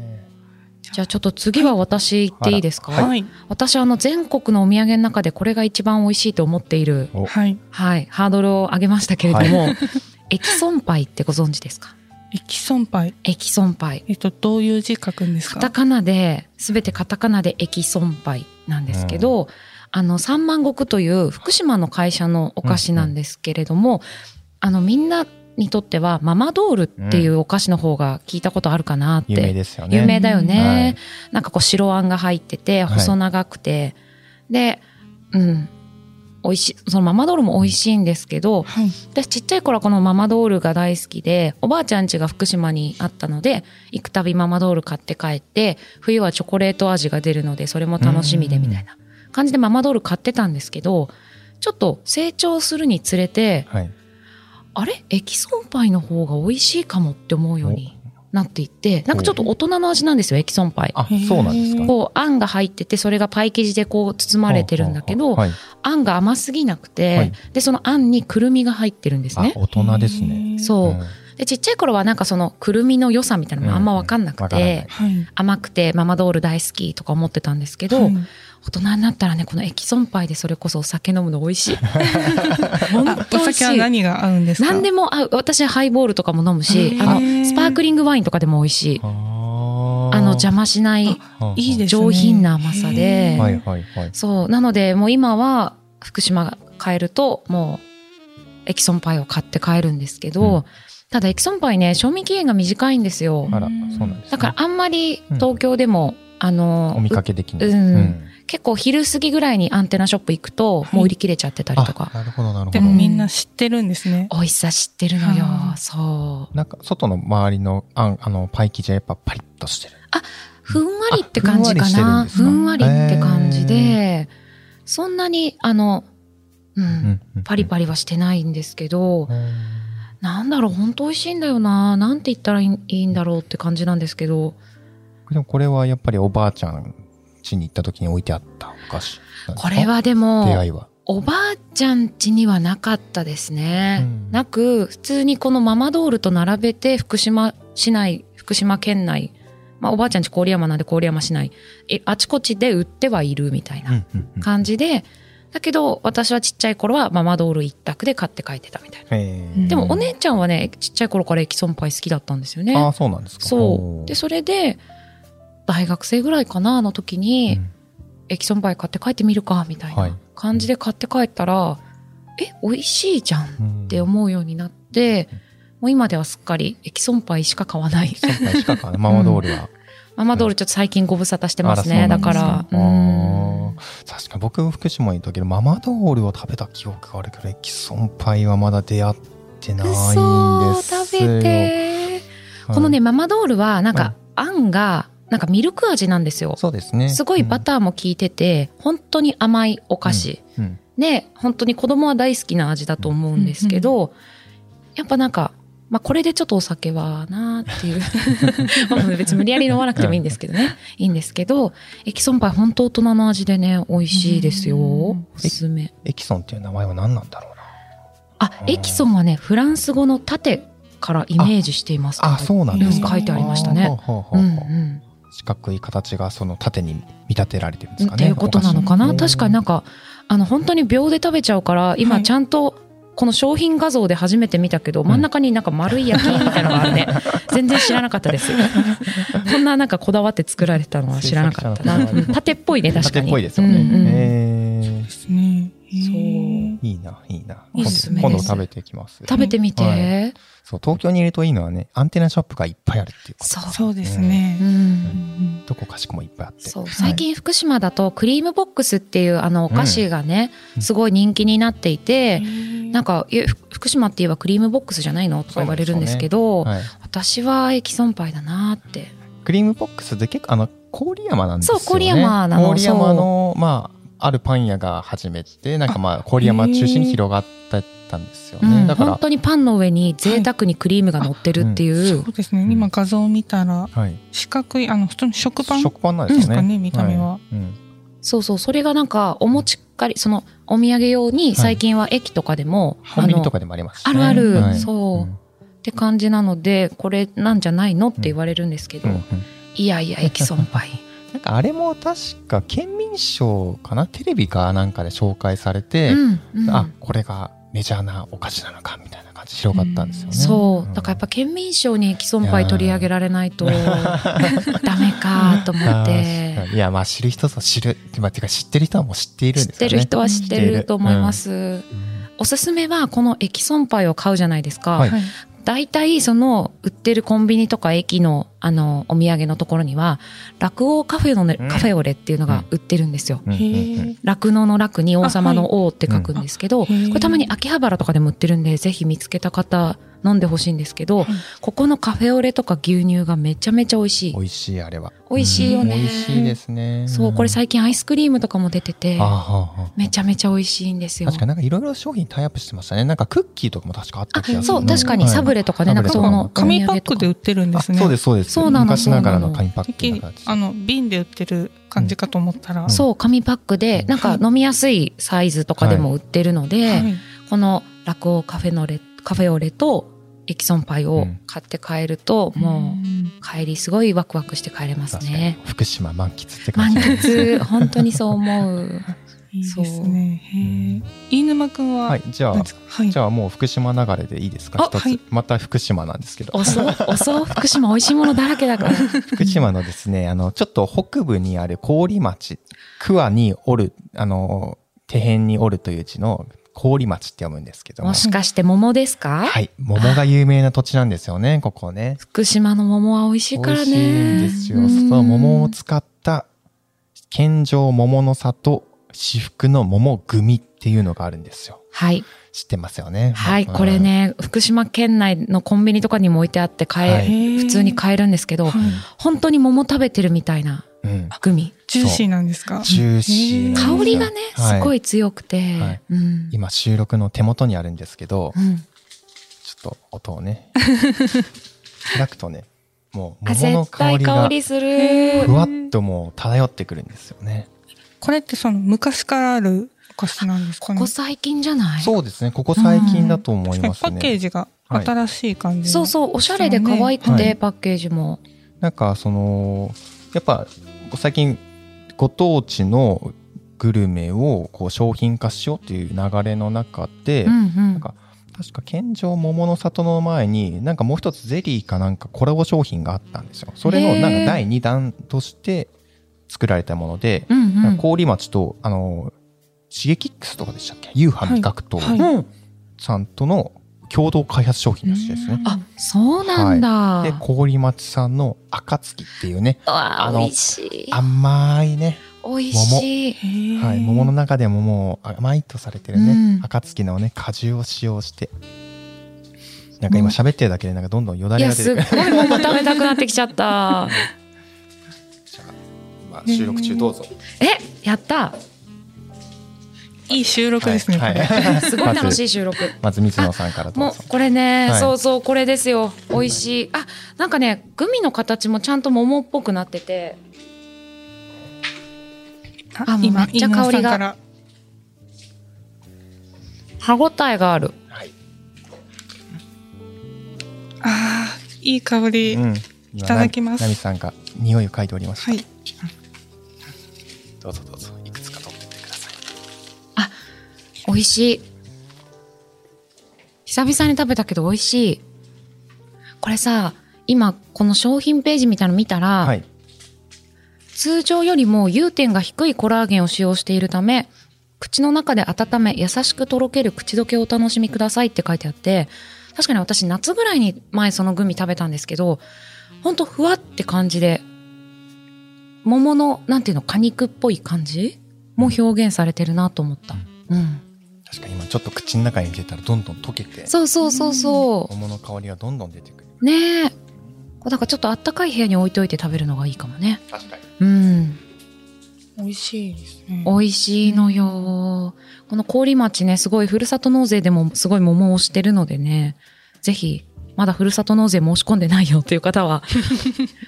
[SPEAKER 2] じゃあちょっと次は私行っていいですか、
[SPEAKER 1] はい。はい。
[SPEAKER 2] 私あの全国のお土産の中でこれが一番美味しいと思っている、
[SPEAKER 3] お
[SPEAKER 2] はい、ハードルを上げましたけれども、 エキソンパイってご存知ですか
[SPEAKER 1] エキソンパイ。
[SPEAKER 2] エキソンパイ。
[SPEAKER 1] えっと、どういう字書くんです
[SPEAKER 2] カ
[SPEAKER 1] か
[SPEAKER 2] タカナで、すべてカタカナでエキソンパイなんですけど、あの、三万石という福島の会社のお菓子なんですけれども、あの、みんなにとってはママドールっていうお菓子の方が聞いたことあるかなって、
[SPEAKER 3] 有名ですよね。
[SPEAKER 2] 有名だよね、
[SPEAKER 3] はい
[SPEAKER 2] なんかこう白あんが入ってて
[SPEAKER 3] はい
[SPEAKER 2] 細長くて、でうん美味しいそのママドールも美味しいんですけど
[SPEAKER 1] はい。
[SPEAKER 2] 私ちっちゃい頃はこのママドールが大好きでおばあちゃん家が福島にあったので行くたびママドール買って帰って冬はチョコレート味が出るのでそれも楽しみでみたいな感じでママドール買ってたんですけどちょっと成長するにつれて
[SPEAKER 3] はい。
[SPEAKER 2] あれエキソンパイの方が美味しいかもって思うようになっていって、なんかちょっと大人の味なんですよ、エキソンパイ。
[SPEAKER 3] あ、そうなんですか。
[SPEAKER 2] こう、あんが入ってて、それがパイ生地でこう包まれてるんだけど、
[SPEAKER 3] はい、
[SPEAKER 2] あんが甘すぎなくて、
[SPEAKER 3] はい
[SPEAKER 2] で、そのあんにくるみが入ってるんです
[SPEAKER 3] あ
[SPEAKER 2] ね、。
[SPEAKER 3] 大人ですね。
[SPEAKER 2] そうう。で、ちっちゃい頃はなんかそのくるみの良さみたいなのもあんまわかんなく
[SPEAKER 3] うんわからな
[SPEAKER 2] て
[SPEAKER 3] い、
[SPEAKER 1] はい。
[SPEAKER 2] 甘くてママドール大好きとか思ってたんですけど、
[SPEAKER 1] はい
[SPEAKER 2] 大人になったらねこのエキソンパイでそれこそお酒飲むの美味 しい本
[SPEAKER 1] あお
[SPEAKER 2] 当美味
[SPEAKER 1] 酒
[SPEAKER 2] し
[SPEAKER 1] はい何が合うんですか
[SPEAKER 2] 何でも合う私ハイボールとかも飲むし
[SPEAKER 1] へー
[SPEAKER 2] あのスパークリングワインとかでも美味しい
[SPEAKER 3] あ
[SPEAKER 2] あの邪魔しない
[SPEAKER 3] 魔
[SPEAKER 1] いいですね。
[SPEAKER 2] 上品な甘さで
[SPEAKER 1] へー
[SPEAKER 3] はいはいはい。
[SPEAKER 2] そうなのでもう今は福島帰るともうエキソンパイを買って帰るんですけど、
[SPEAKER 3] うん
[SPEAKER 2] ただエキソンパイね賞味期限が短いんですよ
[SPEAKER 3] あら、そうなんです、ね。
[SPEAKER 2] だからあんまり東京でも、あの
[SPEAKER 3] お見かけできない。
[SPEAKER 2] うん結構昼過ぎぐらいにアンテナショップ行くと、もう売り切れちゃってたりと
[SPEAKER 3] あ、
[SPEAKER 2] か。
[SPEAKER 3] なるほどなるほ
[SPEAKER 1] で
[SPEAKER 3] ど。
[SPEAKER 1] もみんな知ってるんですね。
[SPEAKER 2] 美味しさ知ってるのよ
[SPEAKER 1] は。あ
[SPEAKER 2] そう。
[SPEAKER 3] なんか外の周りのあんあのパイ生地はやっぱパリッとしてる。
[SPEAKER 2] ふんわりって感じかな。
[SPEAKER 3] あ
[SPEAKER 2] ふ
[SPEAKER 3] ふ
[SPEAKER 2] ん
[SPEAKER 1] ん
[SPEAKER 2] わ
[SPEAKER 1] わ
[SPEAKER 2] り
[SPEAKER 1] り
[SPEAKER 2] って
[SPEAKER 3] してるんですか
[SPEAKER 2] 感じで、そんなに、あの、うん、
[SPEAKER 3] うん
[SPEAKER 2] パリパリはしてないんですけど、
[SPEAKER 3] うん
[SPEAKER 2] なんだろう、本当美味しいんだよな。なんて言ったらいいいいんだろうって感じなんですけど、
[SPEAKER 3] でもこれはやっぱりおばあちゃん家に行った時に置いてあったお菓子なんですか
[SPEAKER 2] これはで
[SPEAKER 3] 出
[SPEAKER 2] も、
[SPEAKER 3] 会いは。
[SPEAKER 2] おばあちゃん家にはなかったですね。
[SPEAKER 3] うん
[SPEAKER 2] なく、普通にこのママドールと並べて、福島市内、福島県内、まあ、おばあちゃんち郡山なんで郡山市内、えあちこちで売ってはいるみたいな感じで、だけど、私はちっちゃい頃はママドール一択で買って帰ってたみたいな。
[SPEAKER 1] うん
[SPEAKER 2] でも、お姉ちゃんはね、ちっちゃい頃からエキソンパイ好きだったんですよ
[SPEAKER 3] ああ
[SPEAKER 2] ね。
[SPEAKER 3] ーそうなんですか。
[SPEAKER 2] そ
[SPEAKER 3] お
[SPEAKER 2] う。
[SPEAKER 3] ー
[SPEAKER 2] で、それで、大学生ぐらいかな、あの時に、
[SPEAKER 3] うん
[SPEAKER 2] エキソンパイ買って帰ってみるかみたい
[SPEAKER 3] はい
[SPEAKER 2] な感じで買って帰ったら、え美味しいじゃんっ
[SPEAKER 3] うん
[SPEAKER 2] て思うようになって、もう今ではすっかりエキソンパイしか買わない
[SPEAKER 3] 先輩しかかママドールは。
[SPEAKER 2] ママドールちょっと最近ご無沙汰してます
[SPEAKER 3] あ
[SPEAKER 2] ね
[SPEAKER 3] ら
[SPEAKER 2] だから
[SPEAKER 3] そう
[SPEAKER 2] う
[SPEAKER 3] なん
[SPEAKER 2] ん
[SPEAKER 3] ですかあー確かに僕福島にいたけどママドールを食べた記憶があるけどエキソンパイはまだ出会ってないんですよ。
[SPEAKER 2] 嘘食べて
[SPEAKER 3] はい
[SPEAKER 2] このねママドールはなん
[SPEAKER 3] は
[SPEAKER 2] かあんがなんかミルク味なんですよ
[SPEAKER 3] そうですね。
[SPEAKER 2] すごいバターも効いてて本当に甘いお菓子
[SPEAKER 3] ー。うん
[SPEAKER 2] で本当に子供は大好きな味だと思うんですけど、やっぱなんか、まあ、これでちょっとお酒はなーって いうまあ別に無理やり飲まなくてもいいんですけどねいいんですけどエキソンパイ本当大人の味でね美味しいですよ
[SPEAKER 1] う
[SPEAKER 2] お
[SPEAKER 1] ん
[SPEAKER 2] すすめ
[SPEAKER 3] エキソンっていう名前は何なんだろうな。
[SPEAKER 2] あエキソンはねフランス語の縦からイメージしています
[SPEAKER 3] あそうなんです
[SPEAKER 2] う
[SPEAKER 3] か。
[SPEAKER 2] ん書いてありましたね
[SPEAKER 3] ほうほ
[SPEAKER 2] う
[SPEAKER 3] うほうんほう
[SPEAKER 2] うん
[SPEAKER 3] 四角い形がその縦に見立てられてるんですか
[SPEAKER 2] っ
[SPEAKER 3] ね。
[SPEAKER 2] ていうことなのかな
[SPEAKER 3] お菓
[SPEAKER 2] 確
[SPEAKER 3] 子
[SPEAKER 2] かになんかあの本当に秒で食べちゃうから
[SPEAKER 1] は
[SPEAKER 2] 今
[SPEAKER 1] い
[SPEAKER 2] ちゃんとこの商品画像で初めて見たけど真ん中になんか丸い焼きみたいなのがあるね 全然知らなかったですこんななんかこだわって作られたのは知らなかった な
[SPEAKER 3] 制作者の方が
[SPEAKER 2] 縦っぽいね確かに
[SPEAKER 3] 縦っぽいですよね。
[SPEAKER 2] うんうん
[SPEAKER 3] え
[SPEAKER 1] ですね。
[SPEAKER 2] そう
[SPEAKER 1] へー
[SPEAKER 3] ーいいな、いいな。
[SPEAKER 2] お
[SPEAKER 3] 今
[SPEAKER 2] すすめ
[SPEAKER 3] 度
[SPEAKER 2] です
[SPEAKER 3] 今度食べてきます。
[SPEAKER 2] 食べてみて、
[SPEAKER 3] はいそう、東京にいるといいのはね、アンテナショップがいっぱいあるっていうこと。
[SPEAKER 2] そう
[SPEAKER 1] そうですね
[SPEAKER 2] う。ん
[SPEAKER 1] うん
[SPEAKER 3] どこかしこもいっぱいあって。
[SPEAKER 2] そう
[SPEAKER 3] はい
[SPEAKER 2] 最、近福島だとクリームボックスっていうあのお菓子がね、
[SPEAKER 3] うん
[SPEAKER 2] すごい人気になっていて、
[SPEAKER 1] うん
[SPEAKER 2] なんかえふ福島って言えばクリームボックスじゃないのとか言われるんですけど
[SPEAKER 3] はい
[SPEAKER 2] 私はエキソンパイだなって
[SPEAKER 3] クリームボックスって結構、あの、郡山なんですよね。
[SPEAKER 2] そう郡山なの
[SPEAKER 3] 郡山の、まあ、あるパン屋が始めて、なんかまあ、郡山中心に広がってったんですよ
[SPEAKER 2] う
[SPEAKER 3] ね。
[SPEAKER 2] ん、
[SPEAKER 3] だから
[SPEAKER 2] 本、当にパンの上に贅沢にクリームが乗ってるっていう、
[SPEAKER 1] そうですね。今画像を見たら
[SPEAKER 3] はい。
[SPEAKER 1] 四角いあの普通の食パン
[SPEAKER 3] 食パンなんですよね。
[SPEAKER 1] うんですかね見た目はい
[SPEAKER 3] うん
[SPEAKER 2] そうそうそれがなんかお持ち帰りそのお土産用に最近は駅とかでも、
[SPEAKER 3] コンビニと
[SPEAKER 2] の
[SPEAKER 3] かでもありますし
[SPEAKER 2] あ
[SPEAKER 3] ね
[SPEAKER 2] るある、
[SPEAKER 3] はい
[SPEAKER 2] そう、
[SPEAKER 3] ん
[SPEAKER 2] って感じなのでこれなんじゃないのって言われるんですけど、
[SPEAKER 3] うんうん
[SPEAKER 2] いやいやエキソンパ イ
[SPEAKER 3] なんかあれも確か県民賞かなテレビかなんかで紹介されて、
[SPEAKER 2] うん、うん、
[SPEAKER 3] あこれがメジャーなお菓子なのかみたいな感じで広がったんですよね。
[SPEAKER 2] そう、
[SPEAKER 3] ん
[SPEAKER 2] だからやっぱ県民賞にエキソンパイ取り上げられないとダメかと思っ
[SPEAKER 3] あー 確
[SPEAKER 2] て
[SPEAKER 3] かにいやまあ知る人ぞ知る、まあ、てか知ってる人はもう知っている
[SPEAKER 2] 知
[SPEAKER 3] ん
[SPEAKER 2] っ
[SPEAKER 3] ですか
[SPEAKER 2] てる
[SPEAKER 3] ね。
[SPEAKER 2] 人は知ってると思います、
[SPEAKER 3] うん
[SPEAKER 2] おすすめはこのエキソンパイを買うじゃないですか、
[SPEAKER 3] はい
[SPEAKER 1] はい
[SPEAKER 2] 大体その売ってるコンビニとか駅のあのお土産のところには落語カフェのね、
[SPEAKER 3] うん
[SPEAKER 2] カフェオレっていうのが売ってるんですよ。
[SPEAKER 3] うんうんうん
[SPEAKER 1] へ
[SPEAKER 2] 酪農の楽に王様の王って書くんですけど、
[SPEAKER 1] あはいうん
[SPEAKER 2] これたまに秋葉原とかでも売ってるんで、ぜひ見つけた方飲んでほしいんですけど、
[SPEAKER 1] はい
[SPEAKER 2] ここのカフェオレとか牛乳がめちゃめちゃ美味しい
[SPEAKER 3] 美。味しいあれは
[SPEAKER 2] 美味しいよね
[SPEAKER 3] うん美味しいですね
[SPEAKER 2] そう、これ最近アイスクリームとかも出てて
[SPEAKER 3] 近、あ
[SPEAKER 2] めちゃめちゃ美味しいんです
[SPEAKER 3] あ
[SPEAKER 2] よ。
[SPEAKER 3] 確かになんかいろいろ商品タイアップしてましたねなんかクッキーとかも確かあった気が
[SPEAKER 2] あ
[SPEAKER 3] す
[SPEAKER 2] そ
[SPEAKER 3] る
[SPEAKER 2] う、確かにサブレとかね、
[SPEAKER 3] は
[SPEAKER 2] ないんかそ
[SPEAKER 3] サブレと
[SPEAKER 2] の
[SPEAKER 3] か
[SPEAKER 1] 紙パ
[SPEAKER 2] お土産
[SPEAKER 1] ッ
[SPEAKER 2] と
[SPEAKER 1] ク
[SPEAKER 2] か
[SPEAKER 1] で売ってるんです
[SPEAKER 3] あ
[SPEAKER 1] ね。
[SPEAKER 3] そうですそうです
[SPEAKER 2] そうなの
[SPEAKER 3] 昔ながら
[SPEAKER 2] そ
[SPEAKER 3] の
[SPEAKER 2] うなの
[SPEAKER 3] 紙パッ
[SPEAKER 1] てっき
[SPEAKER 3] クな
[SPEAKER 1] り
[SPEAKER 3] 感じ
[SPEAKER 1] あの瓶で売ってる感じかと思ったら、
[SPEAKER 2] そう、紙パックで、なんか飲みやすいサイズとかでも売ってるので、
[SPEAKER 1] はい
[SPEAKER 2] この落語カフェのレ、カフェオレとエキソンパイを買って帰ると、もう帰りすごいワクワクして帰れます
[SPEAKER 3] 確かに
[SPEAKER 2] ね。
[SPEAKER 3] 福島満喫って感
[SPEAKER 2] 満
[SPEAKER 3] じ
[SPEAKER 2] 喫、本当にそう思う。
[SPEAKER 1] いいですね。へえ飯沼くんは、
[SPEAKER 3] はいじゃ
[SPEAKER 1] 何
[SPEAKER 3] あ
[SPEAKER 1] ですかはい
[SPEAKER 3] じゃあもう福島流れでいいですか
[SPEAKER 2] あ
[SPEAKER 3] 一つ、
[SPEAKER 1] はい
[SPEAKER 3] また福島なんですけど
[SPEAKER 2] おそう、おそう、福島美味しいものだらけだから。
[SPEAKER 3] 福島のですねあのちょっと北部にある郡町桑におるあの手辺におるという字の郡町って読むんですけ ども
[SPEAKER 2] もしかして桃ですか、
[SPEAKER 3] はい桃が有名な土地なんですよねここね
[SPEAKER 2] 福島の桃は美味しいからね。
[SPEAKER 3] 美味しいんですよ
[SPEAKER 2] うん
[SPEAKER 3] その桃を使った献上桃の里至福の桃組っていうのがあるんですよ
[SPEAKER 2] はい。
[SPEAKER 3] 知ってますよね
[SPEAKER 2] はい、
[SPEAKER 3] うん
[SPEAKER 2] これね、福島県内のコンビニとかにも置いてあって買え、
[SPEAKER 3] はい
[SPEAKER 2] 普通に買えるんですけど、
[SPEAKER 1] はい
[SPEAKER 2] 本当に桃食べてるみたいな
[SPEAKER 3] うん
[SPEAKER 2] グミ。
[SPEAKER 1] ジューシーなんですか。
[SPEAKER 3] ジューシーなんですよ
[SPEAKER 2] 香りがね、
[SPEAKER 3] は
[SPEAKER 2] すごい強くて、
[SPEAKER 3] はい
[SPEAKER 2] うん。
[SPEAKER 3] 今収録の手元にあるんですけど
[SPEAKER 2] うん
[SPEAKER 3] ちょっと音を ね開くとねもう
[SPEAKER 2] あ、
[SPEAKER 3] 桃の
[SPEAKER 2] 絶
[SPEAKER 3] 香
[SPEAKER 2] 対
[SPEAKER 3] り
[SPEAKER 2] 香
[SPEAKER 3] が
[SPEAKER 2] りす
[SPEAKER 1] へ
[SPEAKER 2] る
[SPEAKER 3] ふ。わっともう漂ってくるんですよね
[SPEAKER 1] これってその昔からあるお菓子なんですか
[SPEAKER 2] こ
[SPEAKER 1] ね。
[SPEAKER 2] こ最近じゃない
[SPEAKER 3] そうですねここ最近だと思います
[SPEAKER 1] パッケー
[SPEAKER 3] ね
[SPEAKER 1] ジが
[SPEAKER 3] はい
[SPEAKER 1] 新しい感じの、
[SPEAKER 2] そうそう、おしゃれで可愛くて、
[SPEAKER 3] そうねはい
[SPEAKER 2] パッケージも。
[SPEAKER 3] なんかそのやっぱ最近ご当地のグルメをこう商品化しようっていう流れの中で、
[SPEAKER 2] うんうん
[SPEAKER 3] んか確か献上桃の里の前になんかもう一つゼリーかなんかコラボ商品があったんですよそれ
[SPEAKER 2] へ
[SPEAKER 3] の
[SPEAKER 2] ー
[SPEAKER 3] なんか第2弾として作られたもので、
[SPEAKER 2] うんうん。
[SPEAKER 3] 郡町とあのシゲキックスとかでしたっけユーハ味覚糖
[SPEAKER 1] はい
[SPEAKER 2] うん
[SPEAKER 3] さんとの共同開発商品らしいですね。
[SPEAKER 2] あ、そうなんだ。
[SPEAKER 3] で郡町さんの暁っていうね
[SPEAKER 2] うわあ
[SPEAKER 3] あの
[SPEAKER 2] 美味しい。
[SPEAKER 3] 甘いね、
[SPEAKER 2] 美味しい。
[SPEAKER 1] へえ
[SPEAKER 3] はい、桃の中でももう甘いとされてるね、
[SPEAKER 2] うん
[SPEAKER 3] 暁のね果汁を使用してなんか今喋ってるだけでなんかどんどんよ
[SPEAKER 2] い
[SPEAKER 3] だれ
[SPEAKER 2] や、
[SPEAKER 3] が出
[SPEAKER 2] す
[SPEAKER 3] て
[SPEAKER 2] っ
[SPEAKER 3] く
[SPEAKER 2] ご
[SPEAKER 3] る
[SPEAKER 2] い桃食べたくなってきちゃ った。
[SPEAKER 3] じゃあまあ収録中どうぞ、
[SPEAKER 2] え、やった。
[SPEAKER 1] いい収録ですね、
[SPEAKER 3] はい
[SPEAKER 1] これ。
[SPEAKER 3] はい
[SPEAKER 2] すごい楽し
[SPEAKER 3] まず
[SPEAKER 2] い収録。
[SPEAKER 3] まず水野さんからどう
[SPEAKER 2] も
[SPEAKER 3] ぞ
[SPEAKER 2] うこれね、
[SPEAKER 3] はい
[SPEAKER 2] そうそうこれですよ美味しいあなんかねグミの形もちゃんと桃っぽくなっててあもう
[SPEAKER 1] 今
[SPEAKER 2] 抹茶香りが
[SPEAKER 1] 飯沼さんから
[SPEAKER 2] 歯ごたえがある
[SPEAKER 3] はい、
[SPEAKER 1] あーいい香り、
[SPEAKER 3] うん、い
[SPEAKER 1] いただきます
[SPEAKER 3] ナミさんが匂いを嗅いでおりました、
[SPEAKER 1] はい
[SPEAKER 3] どうぞどうぞいくつか取ってってください
[SPEAKER 2] 美味しい久々に食べたけど美味しいこれさ今この商品ページみたいなの見たら、
[SPEAKER 3] はい
[SPEAKER 2] 通常よりも融点が低いコラーゲンを使用しているため口の中で温め優しくとろける口どけをお楽しみくださいって書いてあって確かに私夏ぐらいに前そのグミ食べたんですけどほんとふわって感じで桃のなんていうの果肉っぽい感じも表現されてるなと思った、うん、
[SPEAKER 3] 確かに今ちょっと口の中に入れたらどんどん溶けて
[SPEAKER 2] そうそうそうそ
[SPEAKER 3] 桃の香りがどんどん出てくる
[SPEAKER 2] うねえこれだからちょっとあったかい部屋に置いといて食べるのがいいかもね
[SPEAKER 3] 確かに
[SPEAKER 2] うん
[SPEAKER 1] 美味しいですね
[SPEAKER 2] 美味しいのよ。この郡町ね、すごいふるさと納税でもすごい桃をしてるのでね、ぜひ、まだふるさと納税申し込んでないよっていう方 は、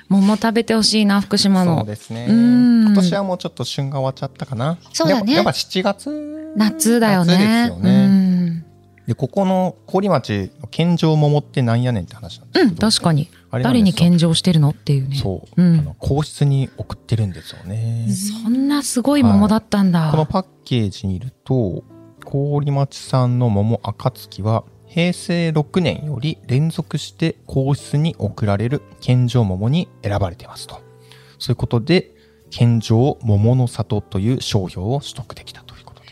[SPEAKER 2] 桃食べてほしいな、福島
[SPEAKER 3] そう
[SPEAKER 2] の。
[SPEAKER 3] ですね
[SPEAKER 2] うん
[SPEAKER 3] 今年はもうちょっと旬が終わっちゃったかな
[SPEAKER 2] そうだね
[SPEAKER 3] やっぱやっぱ7月
[SPEAKER 2] 夏だよね。
[SPEAKER 3] 夏ですよね、でここの郡町の献上桃ってなんやねんって話なんで
[SPEAKER 2] うん。う
[SPEAKER 3] すけ
[SPEAKER 2] ん、
[SPEAKER 3] ど、
[SPEAKER 2] 確かに。
[SPEAKER 3] あれなん
[SPEAKER 2] 誰
[SPEAKER 3] で
[SPEAKER 2] に
[SPEAKER 3] すよ
[SPEAKER 2] 献上してるのっていうね。
[SPEAKER 3] そう、
[SPEAKER 2] うん
[SPEAKER 3] あの皇室に送ってるんですよね、
[SPEAKER 2] そんなすごい桃だったんだ。
[SPEAKER 3] このパッケージにいると郡町産の桃暁は平成6年より連続して皇室に贈られる献上桃に選ばれていますとそういうことで献上桃の里という商標を取得できたということで、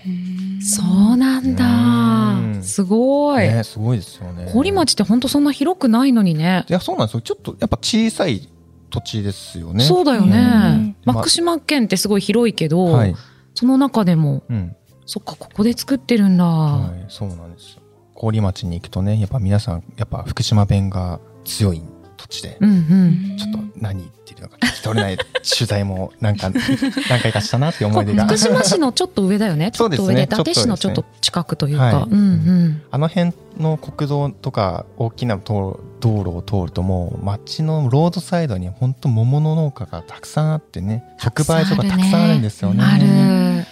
[SPEAKER 2] そうなん
[SPEAKER 3] う
[SPEAKER 2] だ。
[SPEAKER 3] ん
[SPEAKER 2] すごい。
[SPEAKER 3] ね、すごいですよね
[SPEAKER 2] 郡町ってほんとそんな広くないのにね。
[SPEAKER 3] いやそうなんですよちょっとやっぱ小さい土地ですよね
[SPEAKER 2] そうだよね。
[SPEAKER 1] うん
[SPEAKER 2] まあ福島県ってすごい広いけど、
[SPEAKER 3] はい、
[SPEAKER 2] その中でも、
[SPEAKER 3] うん
[SPEAKER 2] そっか、ここで作ってるんだ。
[SPEAKER 3] はい、そうなんですよ氷町に行くとね、やっぱ皆さん、やっぱ福島弁が強い土地で、
[SPEAKER 2] うんうん。
[SPEAKER 3] ちょっと何言ってるのか聞き取れない取材もなん か、何回かしたなっていう思い出が。
[SPEAKER 2] 福島市のちょっと上だよね。ちょっと上で、伊
[SPEAKER 3] そうで
[SPEAKER 2] 達
[SPEAKER 3] す
[SPEAKER 2] 市の
[SPEAKER 3] ね
[SPEAKER 2] ちょっと近くというか。
[SPEAKER 3] はい
[SPEAKER 2] うんうん。
[SPEAKER 3] あの辺の国道とか大きな道道路を通るともう街のロードサイドに本当桃の農家がたくさんあってね直売所がたくさんあるんですよね。
[SPEAKER 2] ある。
[SPEAKER 3] うん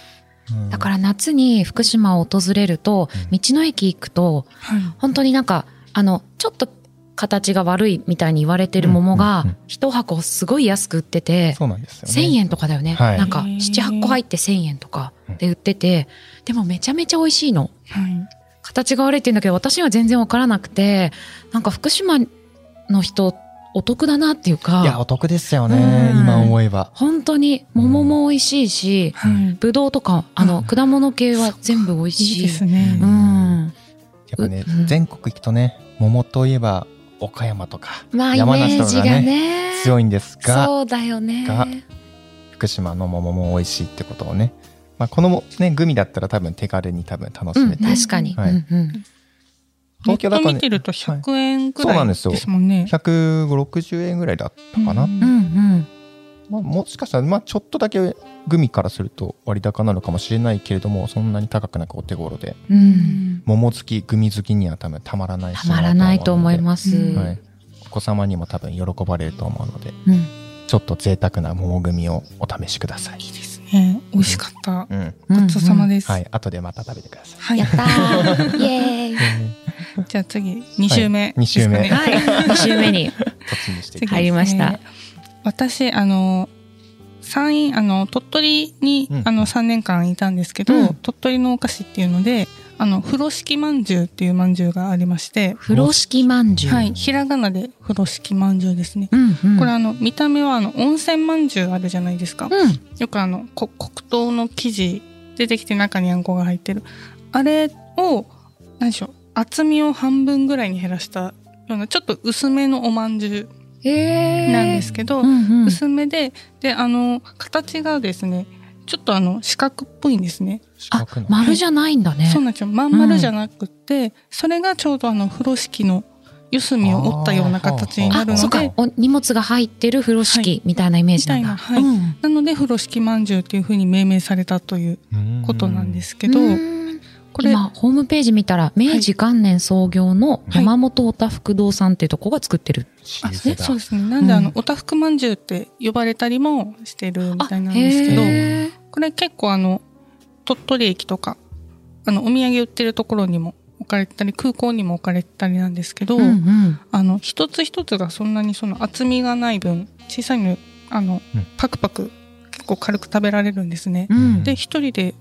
[SPEAKER 2] だから夏に福島を訪れると、
[SPEAKER 3] うん
[SPEAKER 2] 道の駅行くと、
[SPEAKER 1] はい
[SPEAKER 2] 本当になんか、あの、ちょっと形が悪いみたいに言われてる桃
[SPEAKER 3] うんうんう
[SPEAKER 2] が
[SPEAKER 3] ん、
[SPEAKER 2] 一箱すごい安く売ってて、
[SPEAKER 3] そうなんですよね。
[SPEAKER 2] 1000円とかだよね。
[SPEAKER 3] はい
[SPEAKER 2] なんか、
[SPEAKER 1] へー
[SPEAKER 2] 7、8個入って1000円とかで売ってて、でもめちゃめちゃ美味しいの。
[SPEAKER 1] はい
[SPEAKER 2] 形が悪いって言うんだけど、私には全然わからなくて、なんか福島の人、お得だなっていう
[SPEAKER 3] いや
[SPEAKER 2] か、
[SPEAKER 3] お得ですよね、
[SPEAKER 2] うん
[SPEAKER 3] 今思えば。
[SPEAKER 2] 本当に桃も美味しいし、
[SPEAKER 1] はい
[SPEAKER 2] ぶどうとか、あの、果物系は全部美味しい。
[SPEAKER 1] いいですね
[SPEAKER 2] う。ん。
[SPEAKER 3] やっぱね、
[SPEAKER 2] うん
[SPEAKER 3] 全国行くとね桃といえば岡山とか
[SPEAKER 2] まあ、イ
[SPEAKER 3] 山梨
[SPEAKER 2] メ
[SPEAKER 3] と
[SPEAKER 2] ー
[SPEAKER 3] か
[SPEAKER 2] ジ
[SPEAKER 3] が
[SPEAKER 2] が
[SPEAKER 3] ね
[SPEAKER 2] ね。
[SPEAKER 3] 強いんですが、
[SPEAKER 2] そうだよね。
[SPEAKER 3] が福島の桃も美味しいってことをね、まあ、このもねグミだったら多分手軽に多分楽し
[SPEAKER 2] うん、
[SPEAKER 3] めて、
[SPEAKER 2] 確かに。
[SPEAKER 3] はい
[SPEAKER 2] うんうん
[SPEAKER 3] 東京だと
[SPEAKER 1] ネット
[SPEAKER 3] ね
[SPEAKER 1] 見てると
[SPEAKER 3] はい
[SPEAKER 1] 100円ぐ
[SPEAKER 3] そう
[SPEAKER 1] ら
[SPEAKER 3] なん
[SPEAKER 1] い
[SPEAKER 3] ですよ
[SPEAKER 1] ですもんね。
[SPEAKER 3] 150円ぐらいだったかな、
[SPEAKER 1] うん
[SPEAKER 2] うんうん。
[SPEAKER 3] まあ、もしかしたら、まあ、ちょっとだけグミからすると割高なのかもしれないけれどもそんなに高くなくお手頃で
[SPEAKER 2] うん。
[SPEAKER 3] 桃好きグミ好きには多分たまらない、
[SPEAKER 2] たまらないと思いますす。
[SPEAKER 1] うん
[SPEAKER 3] はい、お子様にも多分喜ばれると思うので
[SPEAKER 2] うん。
[SPEAKER 3] ちょっと贅沢な桃グミをお試しください、
[SPEAKER 1] いいですね。美味しかった。
[SPEAKER 3] うん
[SPEAKER 2] うん
[SPEAKER 1] ごちそうさま
[SPEAKER 2] で。
[SPEAKER 1] です。
[SPEAKER 3] は
[SPEAKER 1] はい。
[SPEAKER 3] い、後でまた食べてください
[SPEAKER 2] やったー。イエーイ。
[SPEAKER 1] じゃあ次、2週目
[SPEAKER 3] 二
[SPEAKER 1] です
[SPEAKER 3] 週
[SPEAKER 1] か
[SPEAKER 3] 目
[SPEAKER 1] ね。
[SPEAKER 2] はい。2週目に
[SPEAKER 3] 突入してい
[SPEAKER 1] 次
[SPEAKER 3] きま
[SPEAKER 2] 入りました
[SPEAKER 1] ですね。私、あの、山陰、あの、鳥取に、
[SPEAKER 3] うん
[SPEAKER 1] あの、3年間いたんですけど、
[SPEAKER 2] うん
[SPEAKER 1] 鳥取のお菓子っていうので、あの、風呂敷まんじゅうっていうまんじゅうがありまして、
[SPEAKER 2] 風呂敷まんじゅう。
[SPEAKER 1] はい、ひらがなで風呂敷まんじゅうですね。
[SPEAKER 2] うんうん。
[SPEAKER 1] これあの、見た目はあの、温泉まんじゅうあるじゃないですか。
[SPEAKER 2] うん。
[SPEAKER 1] よくあの、こ黒糖の生地、出てきて中にあんこが入ってる。あれを、何でしょう、厚みを半分ぐらいに減らしたような、ちょっと薄めのおまんじゅう
[SPEAKER 2] え
[SPEAKER 1] なんですけど、
[SPEAKER 2] うんうん。
[SPEAKER 1] 薄めで、で、あの、形がですね、ちょっとあの、四角っぽいんですね。
[SPEAKER 3] す
[SPEAKER 2] あ
[SPEAKER 3] 四角、の
[SPEAKER 2] 丸じゃないんだね
[SPEAKER 1] そう。なんですよ。まん丸じゃなくて、それがちょうどあの、風呂敷の四隅を折ったような形になる
[SPEAKER 2] あ、そ
[SPEAKER 1] の
[SPEAKER 2] っか
[SPEAKER 1] で、。
[SPEAKER 2] お荷物が入ってる風呂敷みたいなイメージなんだ。
[SPEAKER 1] みたいな
[SPEAKER 2] うん
[SPEAKER 1] なので、風呂敷まんじゅうというふうに命名されたという
[SPEAKER 3] うん
[SPEAKER 1] ことなんですけ
[SPEAKER 2] う
[SPEAKER 1] ど、
[SPEAKER 2] ーん
[SPEAKER 1] これ、
[SPEAKER 2] 今ホームページ見たら明治元年創業の山本おた福堂さんっていうとこが作ってる、
[SPEAKER 3] 老
[SPEAKER 1] あ
[SPEAKER 3] 舗
[SPEAKER 1] ね
[SPEAKER 3] だ
[SPEAKER 1] そうですね。なんで、あ
[SPEAKER 2] う
[SPEAKER 1] の
[SPEAKER 2] ん、
[SPEAKER 1] おたふくまんじゅうって呼ばれたりもしてるみ
[SPEAKER 2] あ
[SPEAKER 1] たいなんですけど、
[SPEAKER 2] へー
[SPEAKER 1] これ結構あの、鳥取駅とか、あの、お土産売ってるところにも置かれてたり、空港にも置かれてたりなんですけど、
[SPEAKER 2] うんうん
[SPEAKER 1] あの、一つ一つがそんなにその厚みがない分、小さいの、あの
[SPEAKER 3] うん、
[SPEAKER 1] パクパク、結構軽く食べられるんですね。
[SPEAKER 2] うん
[SPEAKER 1] で、一人で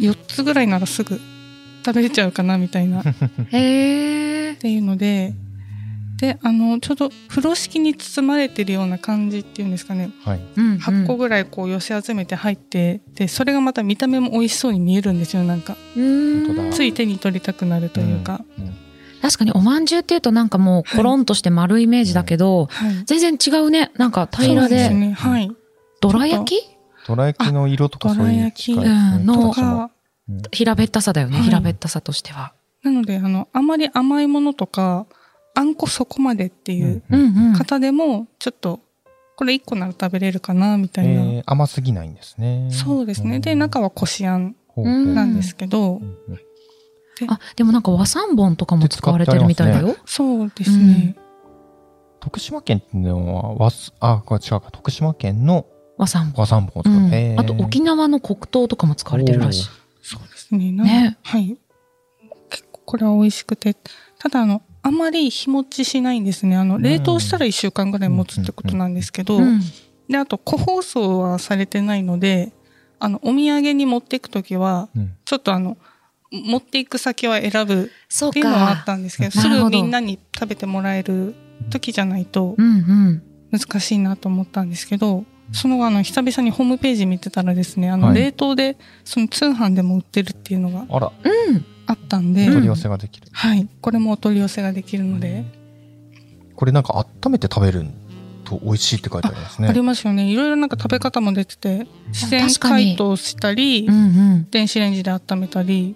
[SPEAKER 1] 4つぐらいならすぐ食べれちゃうかな、みたいな、っ
[SPEAKER 2] へえ
[SPEAKER 1] ていうので、で、あの、ちょうど風呂敷に包まれてるような感じっていうんですかね。
[SPEAKER 3] はい、
[SPEAKER 1] 8個ぐらいこう寄せ集めて入って、で、それがまた見た目も美味しそうに見えるんですよ、なんか。
[SPEAKER 3] 本当だ
[SPEAKER 1] つい手に取りたくなるというか。
[SPEAKER 3] うん、
[SPEAKER 2] 確かにおまんじゅうっていうとなんかもうコロンとして丸いイメージだけど、
[SPEAKER 1] はい。
[SPEAKER 2] 全然違うねなんか
[SPEAKER 1] そう
[SPEAKER 2] 平
[SPEAKER 1] な
[SPEAKER 2] ら
[SPEAKER 1] んです
[SPEAKER 2] で
[SPEAKER 1] ね。はい。
[SPEAKER 2] どら焼き
[SPEAKER 3] どら焼きの色とか
[SPEAKER 1] あ
[SPEAKER 3] そういう
[SPEAKER 1] ど
[SPEAKER 2] ら焼き
[SPEAKER 3] うん
[SPEAKER 2] の
[SPEAKER 1] と
[SPEAKER 3] 形も
[SPEAKER 1] か、
[SPEAKER 2] 平べったさだよね、
[SPEAKER 1] はい
[SPEAKER 2] 平べったさとしては、
[SPEAKER 1] なので、あの、あまり甘いものとか、あんこそこまでっていう
[SPEAKER 2] うんうん、
[SPEAKER 1] 方でも、ちょっと、これ1個なら食べれるかな、みた
[SPEAKER 3] え
[SPEAKER 1] いな。
[SPEAKER 3] ー甘すぎないんですね
[SPEAKER 1] そうですね。で、中はこしあん
[SPEAKER 3] ほうほう
[SPEAKER 2] うん
[SPEAKER 1] なんですけど、
[SPEAKER 3] うんうん
[SPEAKER 2] あでもなんか和三盆とかも使われてるみたいだよ、
[SPEAKER 1] そうですね。
[SPEAKER 3] 徳島県っていうのはわすあこれ違うか徳島県の
[SPEAKER 2] 和三盆、
[SPEAKER 3] 和三盆を
[SPEAKER 2] う
[SPEAKER 3] 使っ
[SPEAKER 2] ん
[SPEAKER 3] て、へー
[SPEAKER 2] あと沖縄の黒糖とかも使われてるらしい
[SPEAKER 1] そうですね。なん
[SPEAKER 2] ね
[SPEAKER 1] はい。結構これは美味しくて。ただ、あの、あまり日持ちしないんですね。あの、
[SPEAKER 3] ん
[SPEAKER 1] 冷凍したら1週間ぐらい持つってことなんですけど、
[SPEAKER 2] うん
[SPEAKER 1] で、あと、個包装はされてないので、あの、お土産に持っていくときは、
[SPEAKER 3] うん
[SPEAKER 1] ちょっとあの、持っていく先は選ぶ
[SPEAKER 2] そう
[SPEAKER 1] っていうのはあっ
[SPEAKER 2] か
[SPEAKER 1] たんですけど、
[SPEAKER 2] そう
[SPEAKER 1] す
[SPEAKER 2] か
[SPEAKER 1] ぐみんなに食べてもらえる時じゃないと
[SPEAKER 2] うんうん
[SPEAKER 1] 難しいなと思ったんですけど、その後あの、久々にホームページ見てたらですね、あ
[SPEAKER 3] は
[SPEAKER 1] の、
[SPEAKER 3] い
[SPEAKER 1] 冷凍で、その通販でも売ってるっていうのが
[SPEAKER 3] あら
[SPEAKER 2] うん
[SPEAKER 1] あったんで、
[SPEAKER 2] うん
[SPEAKER 3] 取り寄せができる、
[SPEAKER 1] はい、これもお取り寄せができるので、
[SPEAKER 3] これなんか温めて食べると美味しいって書いてありますね
[SPEAKER 1] ありますよね。いろいろなんか食べ方も出てて、自然
[SPEAKER 2] 確かに
[SPEAKER 1] 解凍したり
[SPEAKER 2] うんう、ん
[SPEAKER 1] 電子レンジで温めたり、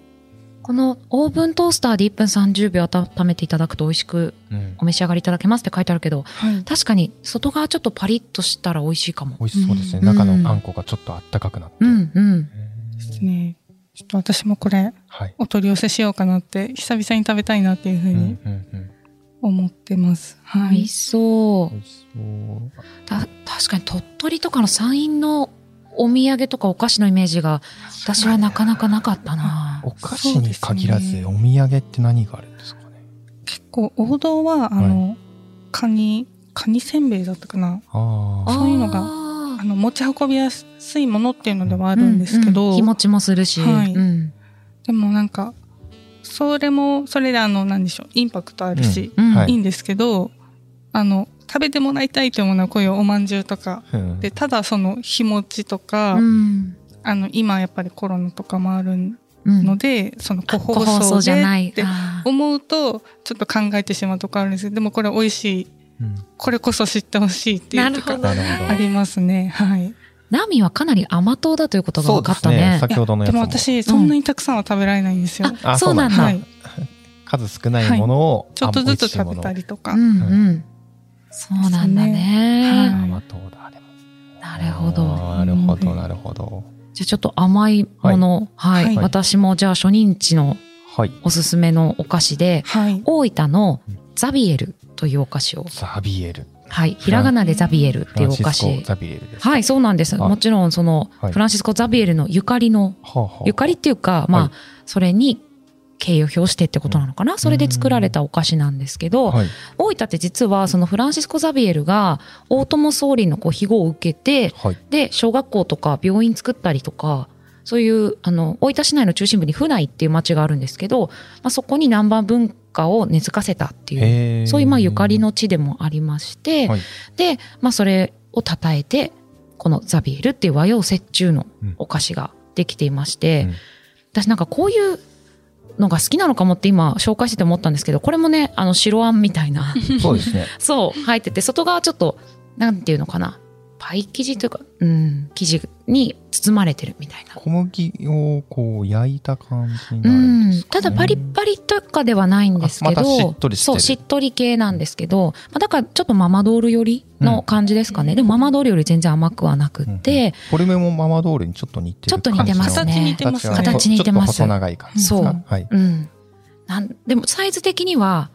[SPEAKER 2] このオーブントースターで1分30秒温めていただくと美味しく
[SPEAKER 3] うん
[SPEAKER 2] お召し上がりいただけますって書いてあるけど、
[SPEAKER 1] はい。
[SPEAKER 2] 確かに外側ちょっとパリッとしたら美味しいかも。
[SPEAKER 3] 美味しそうですね、
[SPEAKER 2] うん
[SPEAKER 3] 中のあんこがちょっとあったかくなって、
[SPEAKER 2] うんうん。
[SPEAKER 1] ですね。ちょっと私もこれ
[SPEAKER 3] はい、
[SPEAKER 1] お取り寄せしようかなって久々に食べたいなっていうふう
[SPEAKER 3] うん
[SPEAKER 1] に
[SPEAKER 3] うんうん、
[SPEAKER 1] 思ってます。は
[SPEAKER 2] 美味
[SPEAKER 1] い。
[SPEAKER 2] しそ
[SPEAKER 3] 美味しそう
[SPEAKER 2] う。た確かに鳥取とかの山陰のお土産とかお菓子のイメージが私はなかなかなかったな
[SPEAKER 3] お。菓子に限らず、
[SPEAKER 1] そうですね
[SPEAKER 3] お土産って何があるんですかね
[SPEAKER 1] 結構王道はあの、カニカニせんべいだったかな。
[SPEAKER 3] ああ
[SPEAKER 1] そういうのがあ
[SPEAKER 2] が
[SPEAKER 1] の持ち運びやすいものっていうのではあるんですけど、
[SPEAKER 2] 日持ちもするし。
[SPEAKER 1] はい
[SPEAKER 2] うん
[SPEAKER 1] でもなんかそれもそれであの何でしょうインパクトあるし、
[SPEAKER 2] うん
[SPEAKER 3] はい
[SPEAKER 1] いいんですけどあの食べてもらいたいというものはこういうおまんじゅうとか
[SPEAKER 3] うん
[SPEAKER 1] でただその日持ちとか、
[SPEAKER 2] うん
[SPEAKER 1] あの今やっぱりコロナとかもある
[SPEAKER 2] うん
[SPEAKER 1] ので、その個包
[SPEAKER 2] 個包
[SPEAKER 1] 装
[SPEAKER 2] 装じ
[SPEAKER 1] で
[SPEAKER 2] ゃない。
[SPEAKER 1] って
[SPEAKER 2] あー
[SPEAKER 1] 思うとちょっと考えてしまうとこあるんですけどでもこれ美味しい
[SPEAKER 3] うん
[SPEAKER 1] これこそ知ってほしいっていうとか
[SPEAKER 3] なるほ
[SPEAKER 1] ありますねはい
[SPEAKER 2] ラーメンはかなり甘党だということが分かったね。
[SPEAKER 3] そうです先ほどのや
[SPEAKER 1] で
[SPEAKER 3] つも
[SPEAKER 1] も私そんなにたくさんは食べられないんですよ、
[SPEAKER 2] あ、
[SPEAKER 3] あ
[SPEAKER 2] そ
[SPEAKER 3] そうう
[SPEAKER 2] な
[SPEAKER 3] なん
[SPEAKER 2] だ。
[SPEAKER 3] んだ
[SPEAKER 1] はい
[SPEAKER 3] 数少ないものを、
[SPEAKER 1] ちょっとずつ食べた
[SPEAKER 3] り
[SPEAKER 1] りとか、
[SPEAKER 2] うんうん。そうなんだ
[SPEAKER 1] はい
[SPEAKER 2] ね。
[SPEAKER 3] 甘党だでも
[SPEAKER 2] なるほど。
[SPEAKER 3] あーなるほどなるほど
[SPEAKER 2] じゃあちょっと甘いもの、はい、
[SPEAKER 1] はい
[SPEAKER 2] 私もじゃあ初任地の
[SPEAKER 3] はい
[SPEAKER 2] おすすめのお菓子で、
[SPEAKER 1] はい
[SPEAKER 2] 大分のザビエルというお菓子を、
[SPEAKER 3] ザビエル
[SPEAKER 2] はい、ひらがなでザビエルっ
[SPEAKER 3] フ
[SPEAKER 2] てい
[SPEAKER 3] ラ
[SPEAKER 2] う
[SPEAKER 3] ン
[SPEAKER 2] お
[SPEAKER 3] シ
[SPEAKER 2] 菓
[SPEAKER 3] スコ
[SPEAKER 2] 子。
[SPEAKER 3] ザビエルです
[SPEAKER 2] はい、そうなんです。
[SPEAKER 3] はい
[SPEAKER 2] もちろんその、
[SPEAKER 3] はい
[SPEAKER 2] フランシスコ・ザビエルのゆかりの、
[SPEAKER 3] はあはあ
[SPEAKER 2] ゆかりっていうか、まあ、
[SPEAKER 3] はい
[SPEAKER 2] それに敬意を表してってことなのかな、それで作られたお菓子なんですけど、
[SPEAKER 3] はい
[SPEAKER 2] 大分って実はそのフランシスコ・ザビエルが大友総理のこう庇護を受けて
[SPEAKER 3] はい
[SPEAKER 2] で小学校とか病院作ったりとかそういうあの大分市内の中心部に府内っていう町があるんですけど、まあ、そこに南蛮文化を根付かせたっていう
[SPEAKER 3] へー
[SPEAKER 2] そういうまあゆかりの地でもありまして、
[SPEAKER 3] はい
[SPEAKER 2] で、まあ、それを称えてこのザビエルっていう和洋折衷のお菓子ができていまして、
[SPEAKER 3] うん
[SPEAKER 2] 私なんかこういうのが好きなのかもって今紹介してて思ったんですけどこれもねあの白あんみたい な。
[SPEAKER 3] そうで すね
[SPEAKER 2] そう、入ってて、外側ちょっと、なんていうのかな。パイ生地というか、うん、生地に包まれてるみたいな。
[SPEAKER 3] 小麦をこう焼いた感じに
[SPEAKER 2] う
[SPEAKER 3] なるんで
[SPEAKER 2] ん
[SPEAKER 3] す、か
[SPEAKER 2] た
[SPEAKER 3] ね
[SPEAKER 2] だパリッパリとかではないんですけど、
[SPEAKER 3] あまたしっとりして
[SPEAKER 2] そ
[SPEAKER 3] る
[SPEAKER 2] うしっとり系なんですけど、まあ、だからちょっとママドール寄りの感じですかね、でもママドールより全然甘くはなくって、
[SPEAKER 3] フォルメもママドールにちょっと似てる
[SPEAKER 2] ちょっと似てますね
[SPEAKER 1] 形似てますね
[SPEAKER 2] 形似てます
[SPEAKER 3] ちょっと細長い感じです
[SPEAKER 2] そ
[SPEAKER 3] か
[SPEAKER 2] う
[SPEAKER 3] はい
[SPEAKER 2] うんなんでもサイズ的には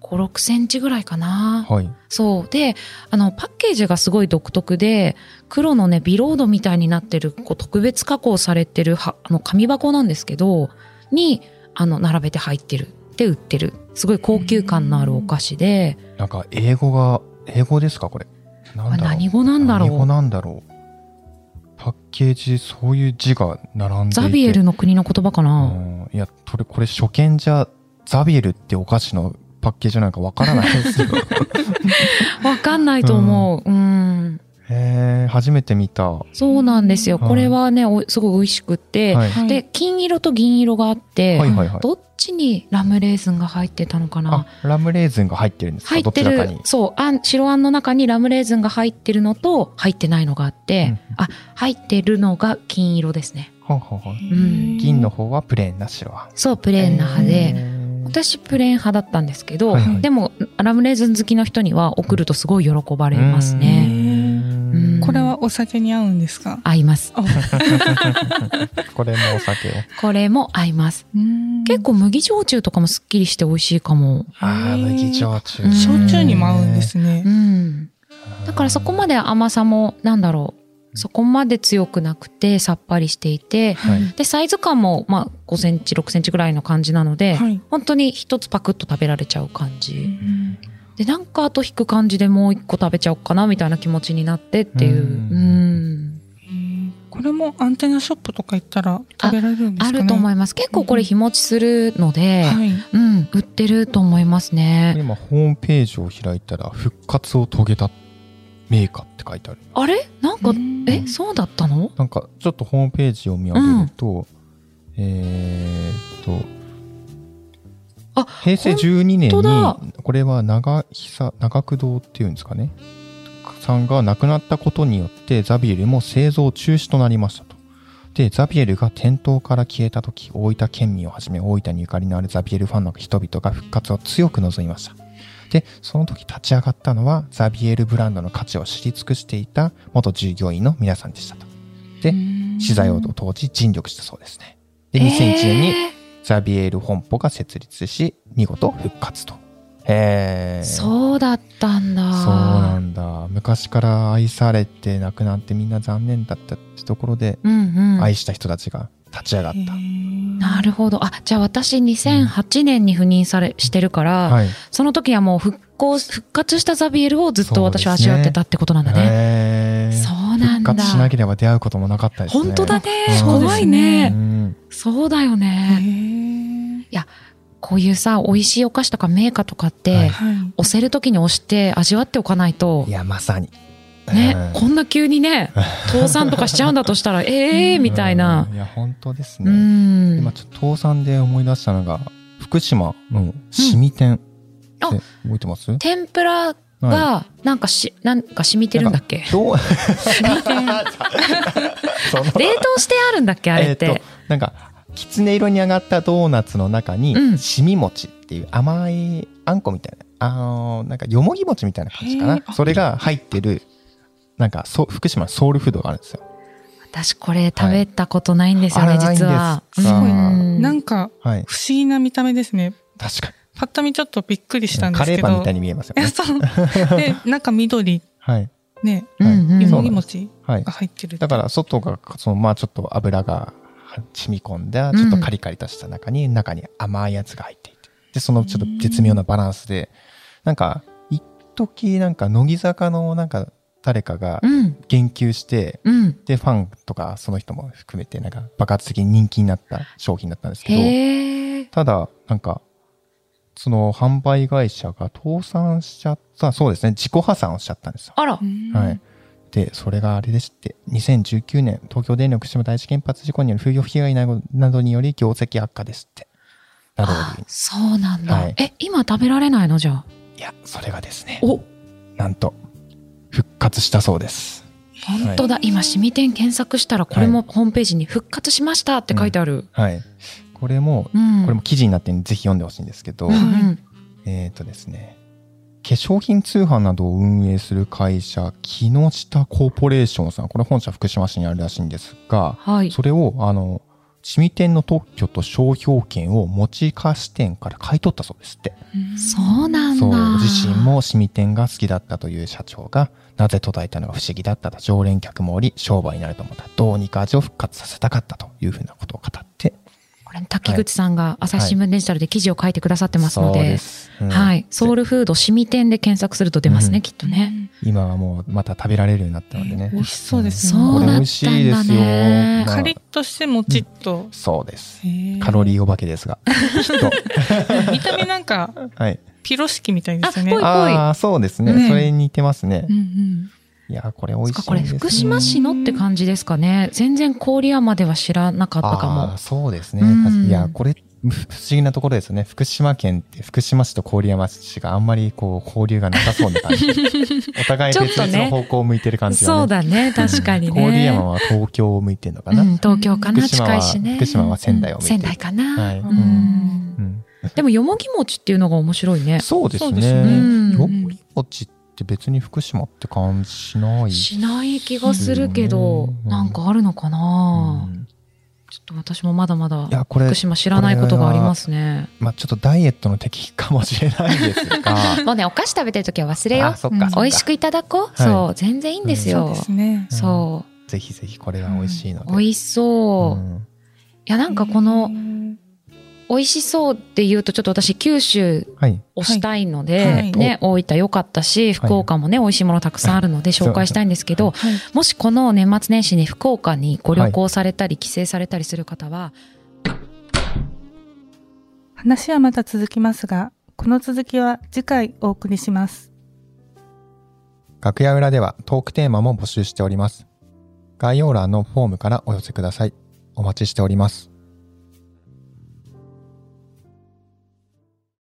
[SPEAKER 2] 5、6センチぐらいかな、
[SPEAKER 3] はい
[SPEAKER 2] そう。で、あの、パッケージがすごい独特で、黒のね、ビロードみたいになってる、こう、特別加工されてるは、あの、紙箱なんですけど、に、あの、並べて入ってる。で、売ってる。すごい高級感のあるお菓子で、
[SPEAKER 3] なんか英語が英語ですかこれなんだろう
[SPEAKER 2] 何語なんだろう
[SPEAKER 3] 何語なんだろうパッケージそういう字が並んでいて
[SPEAKER 2] ザビエルの国の言葉か
[SPEAKER 3] う
[SPEAKER 2] な、
[SPEAKER 3] んいやこれこれ初見じゃザビエルってお菓子のパッケージなんかわからないです けどへ
[SPEAKER 2] わかんないと思う。うん。
[SPEAKER 3] え初めて見た、は
[SPEAKER 2] そうなんですよ。
[SPEAKER 3] はい
[SPEAKER 2] これはね、おすごい美味しくって、
[SPEAKER 3] い、はい
[SPEAKER 1] はい
[SPEAKER 2] で、金色と銀色があって、
[SPEAKER 3] はいはい
[SPEAKER 2] どっちにラムレーズンが入ってたのかな
[SPEAKER 3] あラムレーズンが入ってるんですか
[SPEAKER 2] 入って
[SPEAKER 3] どちらか
[SPEAKER 2] る
[SPEAKER 3] に、
[SPEAKER 2] そう、あん、白あんの中にラムレーズンが入ってるのと、入ってないのがあって、あ、入ってるのが金色ですね。
[SPEAKER 3] はんはんはん
[SPEAKER 2] ん
[SPEAKER 3] 銀の方はプレーンな白は
[SPEAKER 2] そう、プレーンな派
[SPEAKER 3] へ
[SPEAKER 2] で、
[SPEAKER 3] ー
[SPEAKER 2] 私プレーン派だったんですけど、
[SPEAKER 3] はいはい
[SPEAKER 2] でも、ラムレーズン好きの人には送るとすごい喜ばれます
[SPEAKER 1] う
[SPEAKER 2] ね。
[SPEAKER 3] うん
[SPEAKER 2] うん
[SPEAKER 1] これはお酒に合うんですか
[SPEAKER 2] 合います。
[SPEAKER 1] あ
[SPEAKER 3] これもお酒を
[SPEAKER 2] これも合います。結
[SPEAKER 1] 結
[SPEAKER 2] 構麦焼酎とかもすっきりして美味しいかも。
[SPEAKER 3] ああ麦焼酎
[SPEAKER 2] うん
[SPEAKER 1] 焼酎にも合うんですね
[SPEAKER 2] う。ん。だからそこまで甘さも、なんだろう、そこまで強くなくて、さっぱりしていて、
[SPEAKER 3] はい
[SPEAKER 2] で、サイズ感も、まあ、5センチ、6センチぐらいの感じなので、
[SPEAKER 1] はい。
[SPEAKER 2] 本当に一つパクッと食べられちゃう感じ。で、なんかあと引く感じでもう一個食べちゃおうかな、みたいな気持ちになってっていう。
[SPEAKER 3] うん
[SPEAKER 2] うん。
[SPEAKER 1] これもアンテナショップとか行ったら食べられるんですか
[SPEAKER 2] あ
[SPEAKER 1] ね。
[SPEAKER 2] ると思
[SPEAKER 1] い
[SPEAKER 2] います。結構これ日持ちするので、
[SPEAKER 1] はい。
[SPEAKER 2] うん、売ってると思いますね。
[SPEAKER 3] 今ホームページを開いたら復活を遂げたメーカーって書いてある
[SPEAKER 2] あれなんか、え、そうだったの
[SPEAKER 3] なんかちょっとホームページを見上げると、えーっと
[SPEAKER 2] あ
[SPEAKER 3] 平成12年
[SPEAKER 2] ほんとだ
[SPEAKER 3] にこれは長久長久堂っていうんですかねさんが亡くなったことによってザビエルも製造中止となりましたとで、ザビエルが店頭から消えた時、大分県民をはじめ大分にゆかりのあるザビエルファンの人々が復活を強く望みました。で、その時立ち上がったのは、ザビエルブランドの価値を知り尽くしていた元従業員の皆さんでしたと。で資材を当時尽力したそうですね。で、2001年に
[SPEAKER 2] え
[SPEAKER 3] ザビエル本舗が設立し、見事復活と。
[SPEAKER 2] ー
[SPEAKER 3] へー。
[SPEAKER 2] そうだったんだ
[SPEAKER 3] そうなんだ。昔から愛されて亡くなってみんな残念だったってところで、
[SPEAKER 2] うんうん
[SPEAKER 3] 愛した人たちが立ち上がっ
[SPEAKER 1] へ
[SPEAKER 3] た。
[SPEAKER 1] ー
[SPEAKER 2] なるほどあじゃあ私2008年に赴任されしてるから、
[SPEAKER 3] はい。
[SPEAKER 2] その時はもう復興復活したザビエルをずっと私は味わってたってことなんだね
[SPEAKER 3] へー
[SPEAKER 2] そうなん
[SPEAKER 3] 復
[SPEAKER 2] だ
[SPEAKER 3] 活しなければ出会うこともなかったですね。
[SPEAKER 2] 本当だね
[SPEAKER 3] うん
[SPEAKER 2] 怖い
[SPEAKER 3] うん。
[SPEAKER 2] ねそうだよ
[SPEAKER 1] へ
[SPEAKER 2] ね
[SPEAKER 1] ー
[SPEAKER 2] こういうさ美味しいお菓子とか銘菓とかって、
[SPEAKER 3] はい
[SPEAKER 1] はい
[SPEAKER 2] 押せる時に押して味わっておかないと
[SPEAKER 3] いや、まさに。
[SPEAKER 2] ね、こんな急に ね倒産とかしちゃうんだとしたらええ
[SPEAKER 3] うん
[SPEAKER 2] みたいな
[SPEAKER 3] うんいや、本当です
[SPEAKER 2] う
[SPEAKER 3] ね。
[SPEAKER 2] ん
[SPEAKER 3] 今、ちょっと倒産で思い出したのが、福島のシミ店。
[SPEAKER 2] あ
[SPEAKER 3] って覚えて ます
[SPEAKER 2] 天ぷら
[SPEAKER 3] はい
[SPEAKER 2] がなんかしなんか染みてるんだっけ
[SPEAKER 3] 今日その
[SPEAKER 2] 冷凍してあるんだっけあれって、
[SPEAKER 3] えーとなんかきつね色に上がったドーナツの中に、
[SPEAKER 2] うん
[SPEAKER 3] しみ餅っていう甘いあんこみたいなあのーなんかよもぎ餅みたいな感じか
[SPEAKER 1] へー
[SPEAKER 3] な
[SPEAKER 1] あ
[SPEAKER 3] それが入ってるなんかそう福島のソウルフードがあるんですよ
[SPEAKER 2] 私これ食べたことないんですよね、
[SPEAKER 3] はいあら
[SPEAKER 2] 実は
[SPEAKER 3] ないんですか
[SPEAKER 2] うん
[SPEAKER 1] なんか
[SPEAKER 3] はい
[SPEAKER 1] 不思議な見た目ですね
[SPEAKER 3] 確か
[SPEAKER 1] パッと見ちょっとびっくりしたん
[SPEAKER 3] に
[SPEAKER 1] です
[SPEAKER 3] カレ
[SPEAKER 1] け
[SPEAKER 3] ー
[SPEAKER 1] ど
[SPEAKER 3] パンみたいに見えますよ
[SPEAKER 1] いや
[SPEAKER 3] ね
[SPEAKER 1] そうで中緑
[SPEAKER 3] はい
[SPEAKER 1] ね
[SPEAKER 2] うんうん
[SPEAKER 1] よ
[SPEAKER 3] そ
[SPEAKER 1] も
[SPEAKER 3] う
[SPEAKER 1] ぎ
[SPEAKER 3] なんです
[SPEAKER 1] 餅
[SPEAKER 3] はい
[SPEAKER 1] が入ってる
[SPEAKER 3] だから外がそのまあちょっと油が染み込んだちょっとカリカリとした中に、中に甘いやつが入っていてでそのちょっと絶妙なバランスでなんか一時なんか乃木坂のなんか誰かが
[SPEAKER 2] うん
[SPEAKER 3] 言及して、
[SPEAKER 2] うん
[SPEAKER 3] でファンとかその人も含めてなんか爆発的に人気になった商品だったんですけど
[SPEAKER 2] へえ
[SPEAKER 3] ただなんかその販売会社が倒産しちゃったそうですね自己破産をしちゃったんですよ
[SPEAKER 2] あら
[SPEAKER 1] うん
[SPEAKER 3] はい。で、それがあれですって、2019年、東京電力島第一原発事故による風評被害などなどにより業績悪化ですって。などを理由に
[SPEAKER 2] そうなんだ、
[SPEAKER 3] はい
[SPEAKER 2] え今食べられないのじゃあ
[SPEAKER 3] いや、それがですね、
[SPEAKER 2] お
[SPEAKER 3] なんと、復活したそうです。
[SPEAKER 2] 本当だ、今シミ店検索したらこれもホームページに「復活しました」って書いてある、
[SPEAKER 3] はい。これも、
[SPEAKER 2] うん
[SPEAKER 3] これも記事になってるんで、ぜひ読んでほしいんですけど、
[SPEAKER 2] うんうん
[SPEAKER 3] えっ、とですね、化粧品通販などを運営する会社、木下コーポレーションさん、これ本社福島市にあるらしいんですが、
[SPEAKER 2] はい
[SPEAKER 3] それを、あの、シミ店の特許と商標権を持ち貸し店から買い取ったそうですって。
[SPEAKER 2] そうなんだ
[SPEAKER 3] そう、自身もシミ店が好きだったという社長が、なぜ途絶えたのが不思議だったと、常連客もおり、商売になると思った。どうにか味を復活させたかったというふうなことを語って。
[SPEAKER 2] これ滝口さんが朝日新聞デジタルで記事を書いてくださってますので,、
[SPEAKER 3] そうです。うん
[SPEAKER 2] はい、ソウルフードシミ店で検索すると出ますね、
[SPEAKER 3] うん
[SPEAKER 2] きっとね、
[SPEAKER 3] 今はもうまた食べられるようになったのでね
[SPEAKER 1] 美。味しそうです
[SPEAKER 2] うんそ
[SPEAKER 3] こ
[SPEAKER 2] う
[SPEAKER 3] れ
[SPEAKER 2] だ
[SPEAKER 1] ね
[SPEAKER 3] 美味しいですよ。
[SPEAKER 2] なんだね
[SPEAKER 3] まあ
[SPEAKER 1] カリッとしてもちっと
[SPEAKER 3] そうです。
[SPEAKER 1] へー
[SPEAKER 3] カロリーお化けですが。きっと。
[SPEAKER 1] 見た目なんか
[SPEAKER 3] はい。
[SPEAKER 1] ピロシキみたいですよね
[SPEAKER 2] あぽい
[SPEAKER 3] ああ、そうですね。
[SPEAKER 1] ね
[SPEAKER 3] それに似てますね
[SPEAKER 2] うん。うん
[SPEAKER 3] いやー、これ美
[SPEAKER 2] そっ
[SPEAKER 3] 味しい
[SPEAKER 2] か
[SPEAKER 3] です、ね。
[SPEAKER 2] これ福島市のって感じですかね全然郡山では知らなかったか
[SPEAKER 3] あ
[SPEAKER 2] も
[SPEAKER 3] ーそうですね。
[SPEAKER 2] うん
[SPEAKER 3] 確かにいや、これ、ふ不思議なところですよね。福島県って、福島市と郡山市があんまりこう、交流がなさそうな感じ。お互 い
[SPEAKER 2] ちょっ
[SPEAKER 3] 別
[SPEAKER 2] とね
[SPEAKER 3] 々の方向を向いてる感じが、ね。
[SPEAKER 2] そうだ ね確かにね
[SPEAKER 3] 郡山は東京を向いてるのかな。
[SPEAKER 2] うん、東京かな
[SPEAKER 3] 福島は
[SPEAKER 2] 近いしね
[SPEAKER 3] 福島は仙台を見て
[SPEAKER 2] 仙台かな、
[SPEAKER 3] はい
[SPEAKER 2] うん
[SPEAKER 1] うん
[SPEAKER 3] うん
[SPEAKER 2] でもよもぎ餅っていうのが面白いね
[SPEAKER 3] そうです
[SPEAKER 1] そうです
[SPEAKER 3] ね。
[SPEAKER 1] ね
[SPEAKER 2] うん
[SPEAKER 3] よもぎ餅って別に福島って感じしない。
[SPEAKER 2] しない気がするけど、
[SPEAKER 3] うん
[SPEAKER 2] なんかあるのかな、
[SPEAKER 3] うん
[SPEAKER 2] ちょっと私もまだまだ
[SPEAKER 3] いや、これ
[SPEAKER 2] 福、島知らないことがありますね。。
[SPEAKER 3] まあちょっとダイエットの敵かもしれないです が
[SPEAKER 2] もうね、お菓子食べてるときは忘れよ
[SPEAKER 3] あ、
[SPEAKER 2] う。
[SPEAKER 3] そっかそっか。
[SPEAKER 2] 美味しくいただこう。
[SPEAKER 3] い
[SPEAKER 2] そう、全然いいんで
[SPEAKER 1] そう
[SPEAKER 2] すよ
[SPEAKER 1] で。すね
[SPEAKER 2] そ
[SPEAKER 3] ぜひぜひこれは美味しいの
[SPEAKER 2] う、
[SPEAKER 3] で。
[SPEAKER 2] 美味しそう。い
[SPEAKER 3] ん
[SPEAKER 2] や、なんかこの、
[SPEAKER 1] うん
[SPEAKER 2] 美味しそうって言うと、ちょっと私、九州
[SPEAKER 3] はい。
[SPEAKER 2] をしたいので、
[SPEAKER 1] はい
[SPEAKER 2] ね、大分良かったし、福岡もね、美味しいものたくさんあるので、紹介したいんですけど、
[SPEAKER 1] はい
[SPEAKER 2] もしこの年末年始に福岡にご旅行されたり、帰省されたりする方は、
[SPEAKER 1] 話はまだ続きますがこの続きは次回お送りします
[SPEAKER 3] 楽屋裏ではトークテーマも募集しております。概要欄のフォームからお寄せください。お待ちしております。